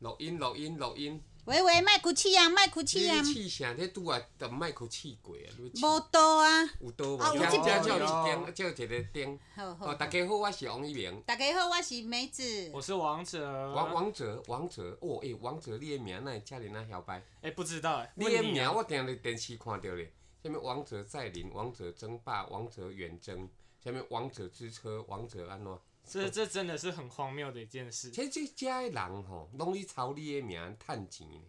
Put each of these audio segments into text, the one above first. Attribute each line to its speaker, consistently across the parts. Speaker 1: 录音，录音，录音。
Speaker 2: 喂喂，莫哭泣啊，莫哭泣啊
Speaker 1: 你，试啥？你拄啊都莫去试过啊！你
Speaker 2: 无刀啊！
Speaker 1: 有刀无？
Speaker 2: 啊有
Speaker 1: 遮
Speaker 2: 这
Speaker 1: 遮只
Speaker 2: 边
Speaker 1: 有一
Speaker 3: 有
Speaker 1: 点，只有一个点。
Speaker 2: 好好
Speaker 1: 哦，，大家好，我是王一鸣。
Speaker 2: 大家好，我是梅子。
Speaker 3: 我是王者。
Speaker 1: 王王哲，王哲，哦，诶、王哲，你的名哪会遮尔那晓白？
Speaker 3: 哎、不知道哎、
Speaker 1: 你的
Speaker 3: 问
Speaker 1: 名
Speaker 3: 啊
Speaker 1: 我定伫电视看到咧，什物王者再临、王者争霸、王者远征，什物王者之车、王者安怎？
Speaker 3: 这这真的是很荒谬的一件事。
Speaker 1: 其实这遮的人吼，拢咧抄你的名趁钱咧，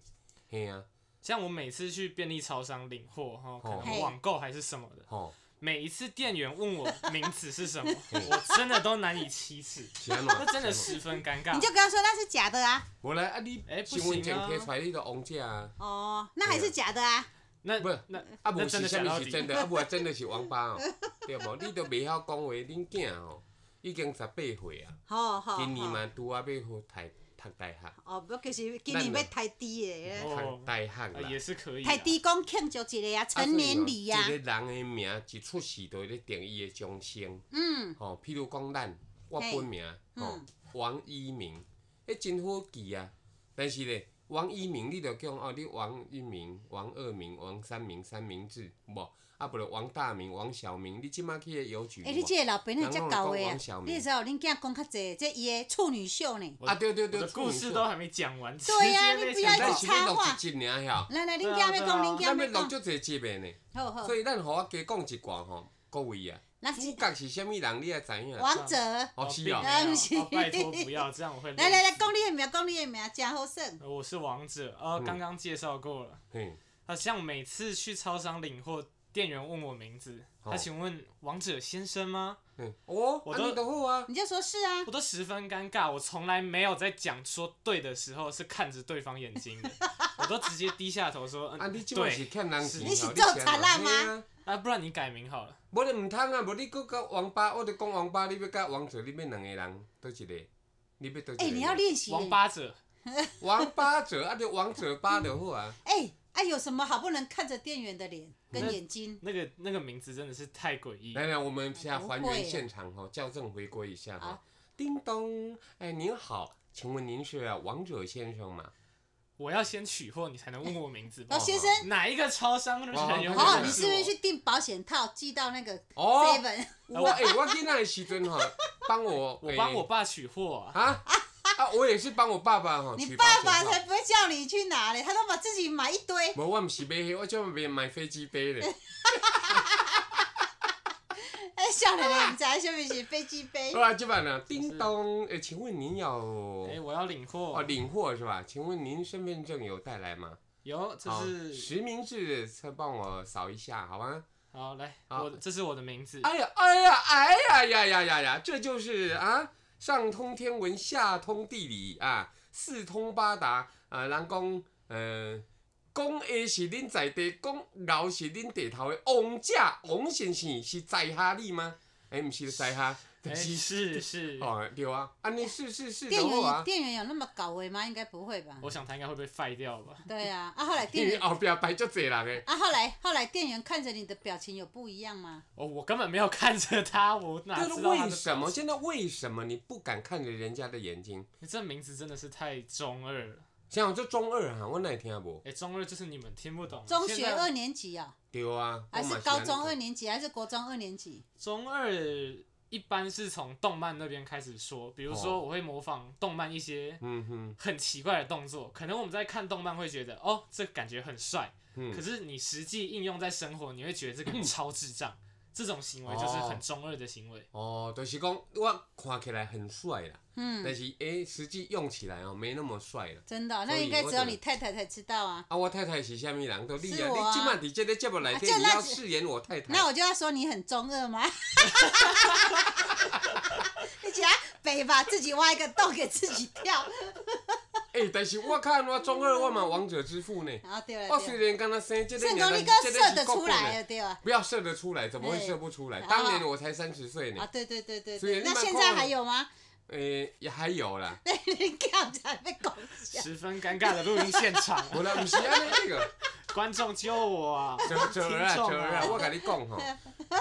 Speaker 1: 嘿啊，
Speaker 3: 像我每次去便利超商领货哈，
Speaker 1: 哦
Speaker 3: 可
Speaker 2: 嘿
Speaker 3: 能网购还是什么的，
Speaker 1: 吼，
Speaker 3: 每一次店员问我名字 是什么，我真的都难以启齿，
Speaker 1: 是安怎？
Speaker 3: 这真的
Speaker 1: 是安
Speaker 3: 十分尴
Speaker 2: 你
Speaker 3: 尬。
Speaker 2: 就跟他说那是假的啊！
Speaker 1: 怎。无来啊，你
Speaker 3: 哎不
Speaker 1: 身份证
Speaker 3: 行啊
Speaker 1: 摕出来，你就王者啊，
Speaker 2: 哦，那还是假的啊！
Speaker 3: 那
Speaker 1: 不是
Speaker 3: 那
Speaker 1: 啊，
Speaker 3: 那
Speaker 1: 无
Speaker 3: 真
Speaker 1: 是
Speaker 3: 的
Speaker 1: 啥
Speaker 3: 假到
Speaker 1: 物是
Speaker 3: 底？
Speaker 1: 真的，啊，无真的是王八 哦，对无？你都袂晓讲话，恁囝吼已经十八岁啊，
Speaker 2: 好
Speaker 3: 哦
Speaker 2: 好
Speaker 1: 今年
Speaker 2: 好。
Speaker 1: 嘛拄啊要好读读大学。
Speaker 2: 哦，不，就是今年要太低
Speaker 3: 哦
Speaker 2: 的，
Speaker 1: 读大学
Speaker 3: 啊
Speaker 1: 啦
Speaker 3: 也。是可以啊。
Speaker 2: 太低讲庆祝一个啊，
Speaker 1: 啊
Speaker 2: 成年礼呀
Speaker 1: 所。以哦一个人的名一出世就咧定义的终生。
Speaker 2: 嗯，
Speaker 1: 吼、譬如讲咱，我
Speaker 2: 嘿
Speaker 1: 本名吼、
Speaker 2: 嗯
Speaker 1: 王一鸣，迄真好记啊。但是咧，王一鸣你着讲哦，你王一鸣、王二鸣、王三鸣、三明治，无啊，不如王大鸣、王小明，你即摆去的邮局有
Speaker 2: 诶，
Speaker 1: 无。
Speaker 2: 你这个老爸那遮高
Speaker 1: 人拢
Speaker 2: 的啊
Speaker 1: 有讲王小，明
Speaker 2: 你知道恁囝讲较济，这伊的处女秀呢。
Speaker 1: 啊，对对
Speaker 3: 我
Speaker 1: 对，
Speaker 3: 的故事都还没讲完，
Speaker 2: 对呀
Speaker 3: 直接
Speaker 2: 你
Speaker 3: 被
Speaker 2: 不要
Speaker 3: 抢
Speaker 2: 一
Speaker 3: 到
Speaker 1: 但
Speaker 2: 直
Speaker 1: 是咱录
Speaker 2: 插话
Speaker 1: 一集尔吼，
Speaker 2: 来来，恁
Speaker 3: 对
Speaker 2: 囝
Speaker 3: 啊
Speaker 2: 要
Speaker 3: 对
Speaker 2: 讲，恁
Speaker 3: 啊
Speaker 1: 咱
Speaker 2: 囝
Speaker 1: 要
Speaker 2: 要
Speaker 1: 录
Speaker 2: 讲，哦
Speaker 1: 足侪集的呢。
Speaker 2: 好好
Speaker 1: 所。以咱互我加讲一寡吼，各位啊，
Speaker 2: 咱
Speaker 1: 主角是啥物人，你也知影。啊
Speaker 2: 王者，来
Speaker 1: 哦，是哦。
Speaker 3: 并没有
Speaker 2: 啊不是
Speaker 3: 哦拜托不要这样，我会
Speaker 2: 来来，
Speaker 3: 累死
Speaker 2: 讲你的名，讲你的名，真好耍。
Speaker 3: 呃我是王者，
Speaker 1: 嗯
Speaker 3: 呃，刚刚介绍过了。
Speaker 1: 嘿，
Speaker 3: 好像每次去超商领货，店员问我名字，
Speaker 1: 哦
Speaker 3: 他请问王者先生吗？
Speaker 1: 嗯，哦，
Speaker 3: 我
Speaker 1: 啊
Speaker 3: 都
Speaker 1: 你都好啊，
Speaker 2: 你就说是啊。
Speaker 3: 我都十分尴尬，我从来没有在讲说对的时候是看着对方眼睛的，我都直接低下头说，嗯，
Speaker 1: 啊你即满是
Speaker 3: 对，
Speaker 1: 欠人钱
Speaker 3: 是
Speaker 1: 哦，
Speaker 2: 你是
Speaker 1: 安怎
Speaker 2: 做贼啦吗
Speaker 1: 嘿啊
Speaker 3: 啊，不然你改名好了，
Speaker 1: 无你毋通啊，无你佫甲王八，我著讲王八，你要甲王者，你要两个人，倒一个，你要倒一个。
Speaker 2: 哎、你要练习。
Speaker 3: 王。八者，
Speaker 1: 王八者，啊，就王者八就好啊。
Speaker 2: 哎、哎、有什么好不能看着店员的脸跟眼睛？
Speaker 3: 那个那个名字真的是太诡异。
Speaker 1: 来来，我们现在还
Speaker 2: 不会
Speaker 1: 原
Speaker 2: 耶
Speaker 1: 现场吼，校正回归一下哈
Speaker 2: 好。
Speaker 1: 叮咚，哎，您好，请问您是王者先生吗？
Speaker 3: 我要先取货，你才能问我名字吧
Speaker 2: 老？先生，
Speaker 3: 哪一个超商的人员
Speaker 1: 哦
Speaker 3: 会
Speaker 2: 好、
Speaker 1: 哦
Speaker 3: 认识我？
Speaker 2: 你是不是去订保险套寄到那个
Speaker 1: 哦，
Speaker 2: seven？、
Speaker 1: 我哎，我囡仔的时阵 吼，帮我，
Speaker 3: 我
Speaker 1: 哎
Speaker 3: 帮我爸取货啊？
Speaker 1: 啊啊，我也是帮我爸爸吼，
Speaker 2: 你
Speaker 1: 取
Speaker 2: 爸
Speaker 1: 保
Speaker 2: 爸
Speaker 1: 险套
Speaker 2: 才不会叫你去拿嘞，他都把自己买一堆。
Speaker 1: 无，我毋是买迄，我专门买买飞机杯 咧。
Speaker 2: 哎、笑 脸脸，你在下面写飞机杯
Speaker 1: 好。啦，即摆呢，叮咚，诶，请问您有
Speaker 3: 哎，我要领
Speaker 1: 哦
Speaker 3: 货，
Speaker 1: 领货是吧？请问您身份证有带来吗？
Speaker 3: 有，这
Speaker 1: 好
Speaker 3: 是
Speaker 1: 实名制，再帮我扫一下，好吗？
Speaker 3: 好来，
Speaker 1: 好
Speaker 3: 我这是我的名字。
Speaker 1: 哎呀，哎呀，哎呀呀呀呀呀，这就是啊，上通天文，下通地理啊，四通八达啊，人讲，呃。讲的是恁在地，讲老是恁地头的王者王先生是在下你吗？哎、毋是在下，
Speaker 3: 哎，
Speaker 1: 是
Speaker 3: 是是，
Speaker 1: 哦，对啊，啊，你是是 是啊
Speaker 2: 店
Speaker 1: 的
Speaker 2: 员、
Speaker 1: 话，
Speaker 2: 店员有那么搞为吗？应该不会 吧？
Speaker 3: 我想他应该会被废掉吧？
Speaker 2: 对啊，啊后来
Speaker 1: 因
Speaker 2: 店
Speaker 1: 为
Speaker 2: 员。
Speaker 1: 后壁排足侪人诶。
Speaker 2: 啊，后来后来，店员看着你的表情有不一样吗？
Speaker 3: 哦，我根本没有看着他，我哪
Speaker 1: 但
Speaker 3: 知
Speaker 1: 是
Speaker 3: 道他
Speaker 1: 啊为
Speaker 3: 的
Speaker 1: 什么现在为什么你不敢看着人家的眼睛？
Speaker 3: 你这名字真的是太中二了。
Speaker 1: 像我这中二哈、我哪会听无？
Speaker 3: 哎、中二就是你们听不懂。
Speaker 2: 中学
Speaker 3: 现在
Speaker 2: 二年级啊、
Speaker 1: 对啊，
Speaker 2: 还
Speaker 1: 我嘛
Speaker 2: 是
Speaker 1: 这样
Speaker 2: 高中
Speaker 1: 讲
Speaker 2: 二？年级，还是国中二年级？
Speaker 3: 中二一般是从动漫那边开始说，比如
Speaker 1: 哦
Speaker 3: 说我会模仿动漫一些
Speaker 1: 嗯哼，
Speaker 3: 很奇怪的动作，可能我们在看动漫会觉得哦，这感觉很帅，
Speaker 1: 嗯
Speaker 3: 可是你实际应用在生活，你会觉得这个人超智障。这种行为就是很中二的行为。
Speaker 1: 哦，就是讲我看起来很帅啦，
Speaker 2: 嗯，
Speaker 1: 但是诶、实际用起来哦，没那么帅啦。
Speaker 2: 真的哦、那
Speaker 1: 所以
Speaker 2: 应该
Speaker 1: 我
Speaker 2: 只有
Speaker 1: 觉得
Speaker 2: 你太太才知道啊。
Speaker 1: 啊，我太太是虾米人都你
Speaker 2: 是
Speaker 1: 啊，
Speaker 2: 我啊
Speaker 1: 你今晚伫这个节目内底，
Speaker 2: 啊这
Speaker 1: 你
Speaker 2: 那
Speaker 1: 要
Speaker 2: 是
Speaker 1: 饰演我太太。
Speaker 2: 那我就要说你很中二吗？ 你讲北吧，自己挖一个洞给自己跳。
Speaker 1: 诶、但是我看我中二，我嘛王者之父呢。
Speaker 2: 然后嗯啊对
Speaker 1: 我
Speaker 2: 了对
Speaker 1: 虽
Speaker 2: 了，
Speaker 1: 然跟他生这个
Speaker 2: 圣
Speaker 1: 鸟，
Speaker 2: 功
Speaker 1: 但
Speaker 2: 力
Speaker 1: 哦是这
Speaker 2: 哥
Speaker 1: 个
Speaker 2: 射
Speaker 1: 是
Speaker 2: 得
Speaker 1: 够
Speaker 2: 出
Speaker 1: 够的
Speaker 2: 来了对吧？
Speaker 1: 不要射得出来，怎么会
Speaker 2: 对
Speaker 1: 射不出来？
Speaker 2: 然后
Speaker 1: 当年我才三十岁
Speaker 2: 啊
Speaker 1: 呢，
Speaker 2: 对对对对
Speaker 1: 所以
Speaker 2: 对，
Speaker 1: 你
Speaker 2: 那
Speaker 1: 蛮
Speaker 2: 现
Speaker 1: 高
Speaker 2: 在
Speaker 1: 的
Speaker 2: 还有吗？
Speaker 1: 诶、也还有啦，
Speaker 2: 你干才被拱下。
Speaker 3: 十分尴尬的录音现场，
Speaker 1: 无啦，毋是安尼那个，
Speaker 3: 观众救我啊！
Speaker 1: 走走啦
Speaker 3: 听
Speaker 1: 走
Speaker 3: 众
Speaker 1: 啦，
Speaker 3: 啊
Speaker 1: 我跟你讲吼，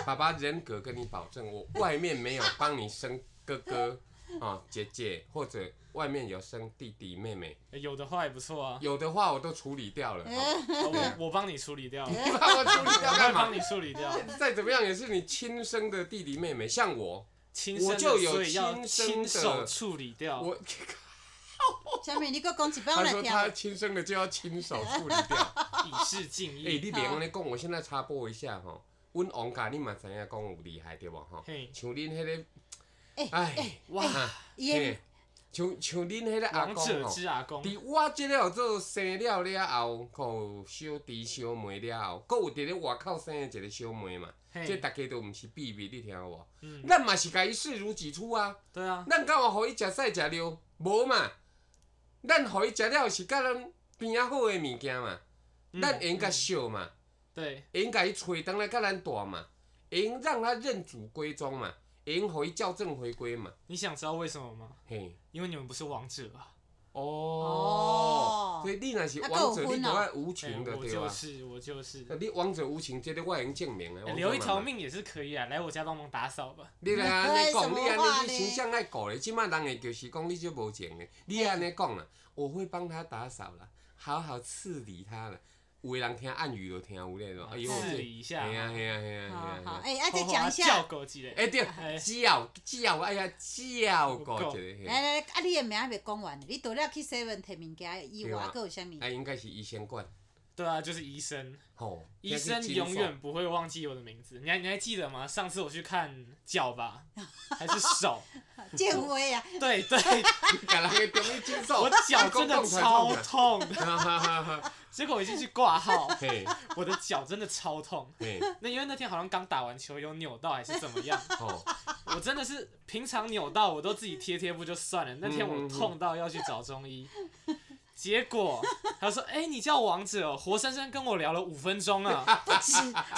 Speaker 1: 爸爸人格跟你保证，我外面没有帮你生哥哥，啊、姐姐或者外面有生弟弟妹妹，
Speaker 3: 有的话也不错啊，
Speaker 1: 有的话我都处理掉 了，哦、
Speaker 3: 哦 我我帮你处理掉， 我
Speaker 1: 你把我处理掉
Speaker 3: 会
Speaker 1: 干嘛
Speaker 3: 帮？你处理掉。
Speaker 1: 再怎么样也是你亲生的弟弟妹妹，像我，
Speaker 3: 亲生
Speaker 1: 我
Speaker 3: 的，
Speaker 1: 就有
Speaker 3: 所以要
Speaker 1: 亲生的
Speaker 3: 亲手处理掉。
Speaker 1: 我
Speaker 2: 下面你给我讲一遍，我
Speaker 1: 他
Speaker 2: 来
Speaker 1: 说
Speaker 2: 听。
Speaker 1: 他亲生的就要亲手处理掉。
Speaker 3: 以示敬
Speaker 1: 哎、
Speaker 3: 意。
Speaker 1: 你别安尼讲，我现在插播一下吼，阮王家你嘛知影讲有厉害对无吼？
Speaker 3: 嘿，
Speaker 1: 像恁迄、个，
Speaker 2: 哎
Speaker 1: 哎，
Speaker 3: 哇，
Speaker 1: 啊
Speaker 2: 伊的
Speaker 1: 嘿像像恁迄个阿
Speaker 3: 王
Speaker 1: 公哦
Speaker 3: 者
Speaker 1: 吼，
Speaker 3: 之阿公，
Speaker 1: 伫我即了做生了了后，吼小弟小妹了后，佫有伫咧外口生的一个小妹嘛，这
Speaker 3: 嘿，
Speaker 1: 大家都毋是秘密，你听有无？
Speaker 3: 嗯，
Speaker 1: 咱嘛是甲伊视如己出啊，
Speaker 3: 对啊，
Speaker 1: 咱敢有互伊食屎食尿？无嘛，咱互伊食了是甲咱边仔好诶物件嘛，
Speaker 3: 嗯
Speaker 1: 咱会用甲惜嘛。
Speaker 3: 对，
Speaker 1: 会用甲伊找当来甲咱大嘛，会用让他认祖归宗嘛，会用互伊校正回归嘛，
Speaker 3: 你想知道为什么吗？
Speaker 1: 嘿。
Speaker 3: 因为你们不是王者啊，
Speaker 1: 哦
Speaker 2: 哦，
Speaker 1: 所以你若是
Speaker 2: 啊
Speaker 1: 王
Speaker 2: 还
Speaker 1: 者，
Speaker 2: 有
Speaker 1: 你
Speaker 2: 分
Speaker 1: 就
Speaker 2: 哦
Speaker 1: 爱无
Speaker 3: 哎
Speaker 1: 情的
Speaker 3: 我
Speaker 1: 对吧
Speaker 3: 就？是我就是，
Speaker 1: 你王者无情，这个我已经证明了。
Speaker 3: 哎
Speaker 1: 王者
Speaker 3: 留一
Speaker 1: 嘛
Speaker 3: 条。命也是可以啊，来我家帮忙打扫吧。
Speaker 1: 你来安尼
Speaker 2: 哎什
Speaker 1: 讲，
Speaker 2: 么
Speaker 1: 你
Speaker 2: 话
Speaker 1: 安尼
Speaker 2: 呢
Speaker 1: 你形象爱顾咧，即摆人会就是讲你就无情咧。你安尼讲啦，我会帮他打扫啦，好好治理他啦。有的人听暗语就听有咧咯，哎呦，
Speaker 3: 治
Speaker 1: 这
Speaker 3: 理一下
Speaker 1: 嘿啊嘿啊嘿啊嘿
Speaker 2: 好
Speaker 1: 啊嘿
Speaker 2: 好
Speaker 1: 啊，。
Speaker 2: 哎，啊，再
Speaker 3: 好好
Speaker 2: 讲一
Speaker 3: 叫
Speaker 2: 下。
Speaker 3: 狗之类。
Speaker 1: 哎对
Speaker 3: 哎，
Speaker 1: 照照，哎呀，照顾一
Speaker 2: 来
Speaker 1: 下，
Speaker 2: 来，来啊，你的名还袂讲完呢，你除了去 seven 摕物件以
Speaker 1: 对
Speaker 2: 外，
Speaker 1: 啊
Speaker 2: 还有啥物？
Speaker 1: 哎，应该是医生管，
Speaker 3: 对啊，就是医生，
Speaker 1: 吼，
Speaker 3: 医生
Speaker 1: 这样
Speaker 3: 永
Speaker 1: 去
Speaker 3: 远不会忘记我的名字。你还你还记得吗？上次我去看 脚吧，还是手？
Speaker 2: 建威啊，
Speaker 3: 对 对，
Speaker 1: 金手，给人的中医金手，
Speaker 3: 我脚真的超痛的，
Speaker 1: 哈哈哈哈，
Speaker 3: 结果我一进去挂号，
Speaker 1: 嘿，
Speaker 3: 我的脚真的超痛。
Speaker 1: 嘿，
Speaker 3: 那因为那天好像刚打完球，有扭到还是怎么样，
Speaker 1: 吼，
Speaker 3: 我真的是平常扭到我都自己贴贴布就算了，那天
Speaker 1: 嗯
Speaker 3: 我痛到要去找中医，结果他说：“哎、你叫王者、哦，活生生跟我聊了五分钟 啊，
Speaker 2: 不止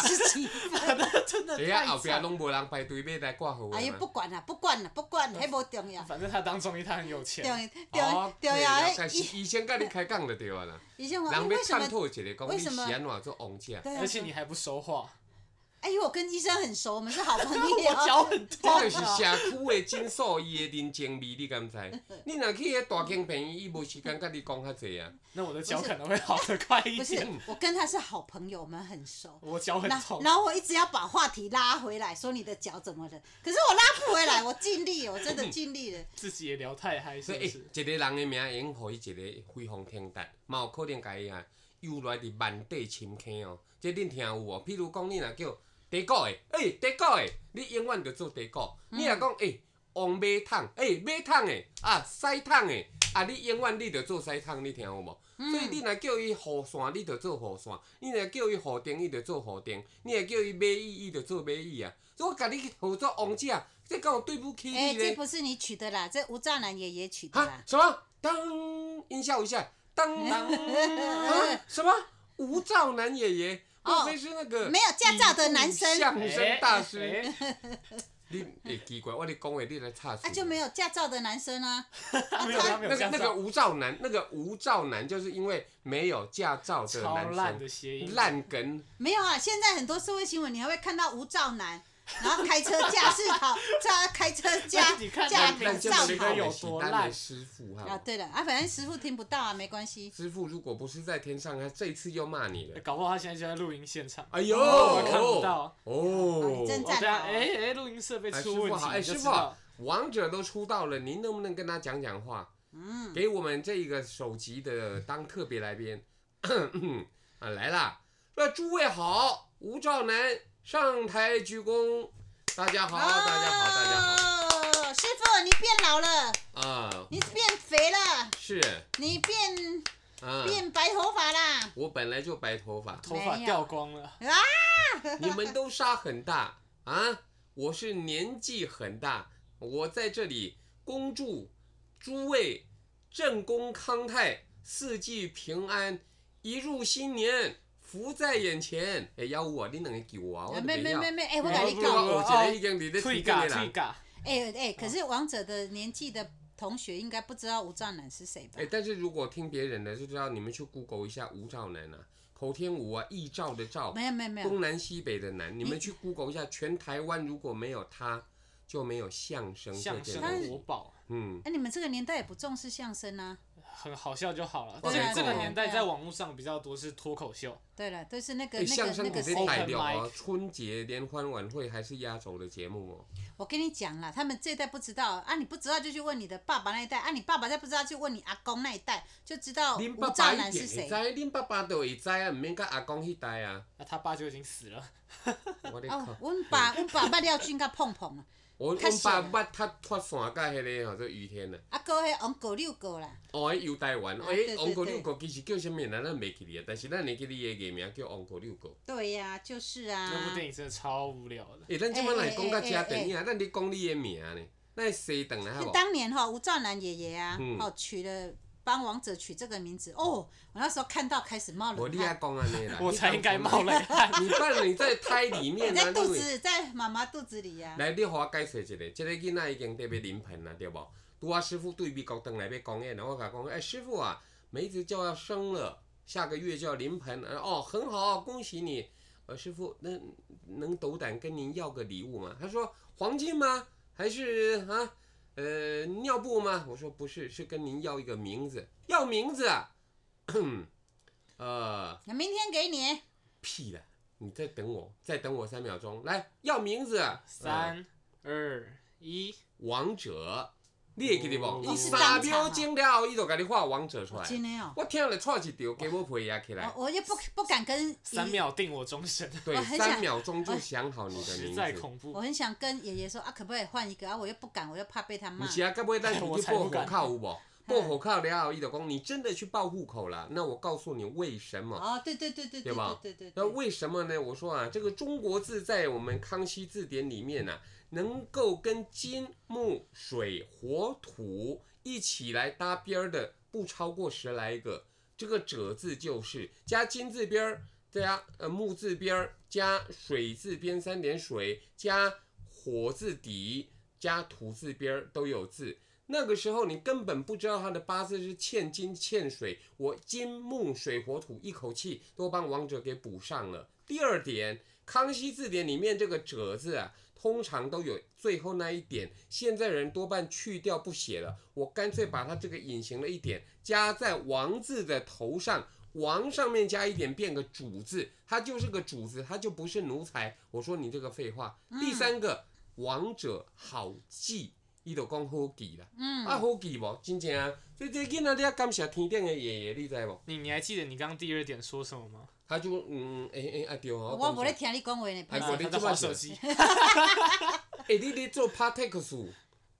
Speaker 2: 十几分。
Speaker 3: 真的
Speaker 1: 等下哦
Speaker 3: 太
Speaker 1: 后边
Speaker 3: 惨。
Speaker 1: 拢无人排队要来挂号
Speaker 2: 哎
Speaker 1: 的
Speaker 2: 呀，
Speaker 1: 嘛哦
Speaker 2: 不，管啦，不管啦，不 管，迄无重要”。
Speaker 3: 反正他当中医，他很有
Speaker 2: 重
Speaker 3: 钱。
Speaker 2: 重
Speaker 3: 哦
Speaker 2: 重要，
Speaker 1: 但
Speaker 2: 迄
Speaker 1: 是医生甲你开讲就对啊啦，
Speaker 2: 医生
Speaker 1: 人
Speaker 2: 讲，
Speaker 1: 要
Speaker 2: 哎为什
Speaker 1: 探
Speaker 2: 么？
Speaker 1: 讨一下，讲你是安怎做王者，
Speaker 2: 对啊，
Speaker 3: 而且你还不说话，
Speaker 2: 哎呦，我跟医生很熟，我们是好朋 友。
Speaker 3: 我脚很痛
Speaker 1: 这就是
Speaker 3: 啊！
Speaker 1: 社区的诊所伊的人情味，你敢知？你若去迄大间病院，伊无时间甲你讲较济啊，
Speaker 3: 那我的脚可能会好的快一
Speaker 2: 不是
Speaker 3: 点。，
Speaker 2: 我跟他是好朋友，我们很熟。
Speaker 3: 我脚很
Speaker 2: 然
Speaker 3: 痛，
Speaker 2: 然后我一直要把话题拉回来，说你的脚怎么了？可是我拉不回来，我尽力，我真 的尽力了。
Speaker 3: 自己也聊太嗨，
Speaker 1: 所
Speaker 3: 是不
Speaker 1: 以、
Speaker 3: 是？
Speaker 1: 欸一个人的名会用互伊一个飞黄腾达，嘛有可能甲伊啊由来伫万底深坑哦。这恁听有无？譬如讲，你若叫第股的，诶、欸，第股的，你永远着做第股。你若讲诶，王马桶，诶、马桶的，啊，屎桶的，啊，你永远你着做屎桶，你听有无？所以你若叫伊雨伞，你着做雨伞；你若叫伊雨灯，伊着做雨灯；你若叫伊马椅，伊着做马椅啊。所以我甲你合作王者，这敢有对不起
Speaker 2: 哎，
Speaker 1: 你
Speaker 2: 这
Speaker 1: 咧？
Speaker 2: 不是你取的啦，这吴兆南爷爷取的
Speaker 1: 啊
Speaker 2: 啦，。
Speaker 1: 什么？当音效一下，当 当啊！什么？吴兆南爷爷，
Speaker 2: 哦
Speaker 1: 莫非是那个
Speaker 2: 没有驾照的男 生
Speaker 1: 相声大师？
Speaker 3: 哎
Speaker 1: 你诶奇怪，我咧讲话你来插嘴。
Speaker 2: 啊，就没有驾照的男生啊。
Speaker 3: 没有他没有
Speaker 1: 那
Speaker 3: 这
Speaker 1: 个
Speaker 3: 样
Speaker 1: 那个吴兆南，那个吴兆南就是因为没有驾照的
Speaker 3: 超
Speaker 1: 男
Speaker 3: 烂
Speaker 1: 生，
Speaker 3: 的谐音，
Speaker 1: 烂梗。
Speaker 2: 没有啊，现在很多社会新闻你还会看到吴兆南，然后开车驾驶好，驾开车驾
Speaker 3: 你看
Speaker 2: 驾
Speaker 3: 那
Speaker 2: 驶
Speaker 3: 名字
Speaker 2: 照
Speaker 3: 谁
Speaker 2: 好
Speaker 3: 都有
Speaker 1: 我是
Speaker 3: 多
Speaker 1: 咱
Speaker 3: 烂
Speaker 1: 的师傅
Speaker 2: 啊。
Speaker 1: 哈。
Speaker 2: 对了啊，反正师傅听不到啊，没关系。
Speaker 1: 师傅如果不是在天上，他这一次又骂
Speaker 2: 哦
Speaker 1: 你了。
Speaker 3: 搞不好他现在就在录音现场。
Speaker 1: 哎呦，
Speaker 3: 我看不到。
Speaker 2: 哦
Speaker 1: 哦
Speaker 2: 你，真
Speaker 3: 哦，对啊，
Speaker 2: 赞哦
Speaker 3: 哎哎，录音设备
Speaker 1: 哎，师
Speaker 3: 出问
Speaker 1: 傅
Speaker 3: 题，
Speaker 1: 好，哎，
Speaker 3: 你就
Speaker 1: 师
Speaker 3: 知
Speaker 1: 傅
Speaker 3: 道，
Speaker 1: 好，王者都出道了，您能不能跟他讲讲话？嗯，给我们这个首集的当特别来宾 啊来啦！那诸位好，吴兆南上台鞠躬，大家好，大家好，大家好
Speaker 2: 哦，师傅，你变老了，
Speaker 1: 啊，
Speaker 2: 你变肥了，
Speaker 1: 是
Speaker 2: 你变
Speaker 1: 啊，
Speaker 2: 变白头发啦。
Speaker 1: 我本来就白头发
Speaker 3: 头发掉光了，
Speaker 1: 你们都杀很大啊，我是年纪很大，我在这里恭祝诸位正宫康泰，四季平安，一入新年福在眼前。哎，要我你两个救我啊，我
Speaker 2: 啊
Speaker 1: 都
Speaker 2: 没
Speaker 1: 不
Speaker 2: 没
Speaker 1: 要
Speaker 2: 没。没，哎，我
Speaker 1: 我
Speaker 2: 跟
Speaker 1: 不
Speaker 2: 你
Speaker 1: 知道
Speaker 2: 讲，
Speaker 1: 我觉得已经离得
Speaker 3: 退
Speaker 1: 挺
Speaker 3: 嘎
Speaker 1: 近
Speaker 3: 退
Speaker 1: 啦。
Speaker 3: 嘎，
Speaker 2: 哎哎，可是王者的年纪的同学应该不知道吴兆南是谁吧
Speaker 1: 哎，？但是如果听别人的，就知道你们去 Google 一下吴兆南啊，口天吴啊，易兆的兆，
Speaker 2: 没有没有没有，
Speaker 1: 东南西北的南，你们去 Google 一下，全台湾如果没有他，就没有相声这
Speaker 3: 相
Speaker 1: 件
Speaker 3: 声
Speaker 1: 东
Speaker 3: 国
Speaker 1: 西。
Speaker 3: 宝，
Speaker 1: 嗯，
Speaker 2: 哎，你们这个年代也不重视相声啊？
Speaker 3: 很好笑就好了。
Speaker 1: 对
Speaker 3: 这
Speaker 1: 啊
Speaker 3: 个这个
Speaker 1: 对啊
Speaker 3: 年代
Speaker 2: 对啊
Speaker 3: 在网络上比较多是脱口秀，
Speaker 2: 对了，都是那个
Speaker 1: 哎，
Speaker 2: 那
Speaker 1: 相
Speaker 2: 个
Speaker 1: 声
Speaker 2: 那
Speaker 1: 可
Speaker 2: 个
Speaker 1: 是
Speaker 2: 谁，
Speaker 1: 代
Speaker 3: 谁
Speaker 1: 表哦，春节联欢晚会还是压轴的节目哦。
Speaker 2: 我跟你讲啦，他们这一代不知道啊，你不知道就去问你的爸爸那一代啊，你爸爸再不知道就问你阿公那一代，就知道
Speaker 1: 恁
Speaker 2: 哦吴
Speaker 1: 爸爸
Speaker 2: 兆
Speaker 1: 一
Speaker 2: 南
Speaker 1: 定
Speaker 2: 是
Speaker 1: 会知，
Speaker 2: 谁。哦
Speaker 1: 恁爸爸都会知啊，毋免甲阿公迄代啊。
Speaker 3: 那他爸就已经死
Speaker 2: 啊
Speaker 3: 了。
Speaker 1: 我咧
Speaker 2: 哦
Speaker 1: 靠，，
Speaker 2: 阮爸阮爸捌廖俊甲碰碰啊，
Speaker 1: 我
Speaker 2: 较
Speaker 1: 阮爸捌
Speaker 2: 像
Speaker 1: 他脱线甲迄个吼，做于天啊。
Speaker 2: 啊，搁迄王狗六狗啦，
Speaker 1: 哦，迄游台湾，哦，
Speaker 2: 啊对
Speaker 1: 迄
Speaker 2: 对
Speaker 1: 王国
Speaker 2: 对
Speaker 1: 六国其实叫啥物，咱咱袂记哩啊。但是咱会记哩伊个艺名叫王国六国。
Speaker 2: 对呀、就是
Speaker 3: 那部
Speaker 2: 啊
Speaker 3: 电。影真的超无聊的。
Speaker 1: 诶，咱即摆来讲到
Speaker 2: 欸欸欸
Speaker 1: 遮
Speaker 2: 欸
Speaker 1: 电影，咱咧讲你的名呢，咱西顿来好
Speaker 2: 那
Speaker 1: 无？
Speaker 2: 当年哈，吴兆南爷爷啊，
Speaker 1: 嗯
Speaker 2: 哦取了帮王者取这个名字哦，我那时候看到开始冒
Speaker 1: 无
Speaker 2: 冷
Speaker 1: 你啊
Speaker 2: 汗，
Speaker 1: 讲安尼啦，
Speaker 3: 我才应该冒
Speaker 1: 了。
Speaker 3: 冷 汗。
Speaker 1: 你放你在胎里面
Speaker 2: 你
Speaker 1: 啊，
Speaker 2: 在肚
Speaker 1: 你为
Speaker 2: 子在妈妈肚子里啊呀、
Speaker 1: 来，你互我解释一下，即个囡仔已经特别临盆啦，对无？拄啊，师傅对美国回来要讲演，然后我甲讲，哎、师傅啊，梅子就要生了，下个月就要临盆，呃哦，很好，恭喜你。呃，师傅，那能斗胆跟您要个礼物吗？他说黄金吗？还是啊，呃，尿布吗？我说不是，是跟您要一个名字， 要名字啊。呃，
Speaker 2: 啊，明天给你，
Speaker 1: 屁的，你再等我，再等我三秒钟，来要名字啊。呃
Speaker 3: 三二一，
Speaker 1: 王者，你会记得无？
Speaker 3: 哦
Speaker 1: 伊
Speaker 3: 是
Speaker 1: 三
Speaker 2: 当
Speaker 1: 秒
Speaker 2: 场啊
Speaker 1: 钟了后，伊就甲你画王者出来。
Speaker 2: 真的哦，
Speaker 1: 我听了错一条，给我皮压起 来。
Speaker 2: 我我就不不敢跟姨
Speaker 3: 三秒定我终身，
Speaker 1: 对
Speaker 2: 我， 很想
Speaker 1: 三秒钟就想好哦你的
Speaker 3: 实
Speaker 1: 名
Speaker 3: 在
Speaker 1: 字。
Speaker 3: 恐
Speaker 2: 我
Speaker 3: 怖。
Speaker 2: 很想跟爷爷说啊，可不可以换一个啊？我又不敢，我又怕被他
Speaker 1: 不
Speaker 2: 骂。
Speaker 1: 是啊，到 尾咱去
Speaker 3: 我才
Speaker 1: 报户
Speaker 3: 不敢
Speaker 1: 口有无？报户口了后，伊就讲你真的去报户口了。那我告诉你为什么。
Speaker 2: 哦，对对对对
Speaker 1: 对吧
Speaker 2: 对对对
Speaker 1: 那
Speaker 2: 对。
Speaker 1: 为什么呢？我说啊，这个中国字在我们康熙字典里面呢、能够跟金、木、水、火、土一起来搭边儿的，不超过十来个。这个“者”字就是加金字边儿，加呃木字边儿，加水字边三点水，加火字底，加土字边儿都有字。那个时候你根本不知道他的八字是欠金欠水，我金木水火土一口气都帮王者给补上了。第二点，《康熙字典》里面这个“者”字啊，通常都有最后那一点，现在人多半去掉不写了，我干脆把它这个隐形的一点加在“王”字的头上。王上面加一点，变个主字，它就是个主字，它就不是奴才。我说你这个废话。第三个，王者好记，伊就讲好记啦。
Speaker 2: 嗯，
Speaker 1: 啊，好记无？真正啊！所以这囡仔你要感谢天顶的爷爷，你知无？
Speaker 3: 你你还记得你刚刚第二点说什么吗？
Speaker 1: 他就嗯，诶、诶、啊对吼，
Speaker 2: 我无
Speaker 1: 讲
Speaker 2: 咧
Speaker 1: 错
Speaker 2: 听你讲话呢，
Speaker 1: 哎
Speaker 2: 拍
Speaker 1: 我说
Speaker 2: 摄
Speaker 3: 啊
Speaker 1: 你
Speaker 3: 他在
Speaker 1: 这么
Speaker 3: 滑手机。
Speaker 1: 诶、你咧做 podcast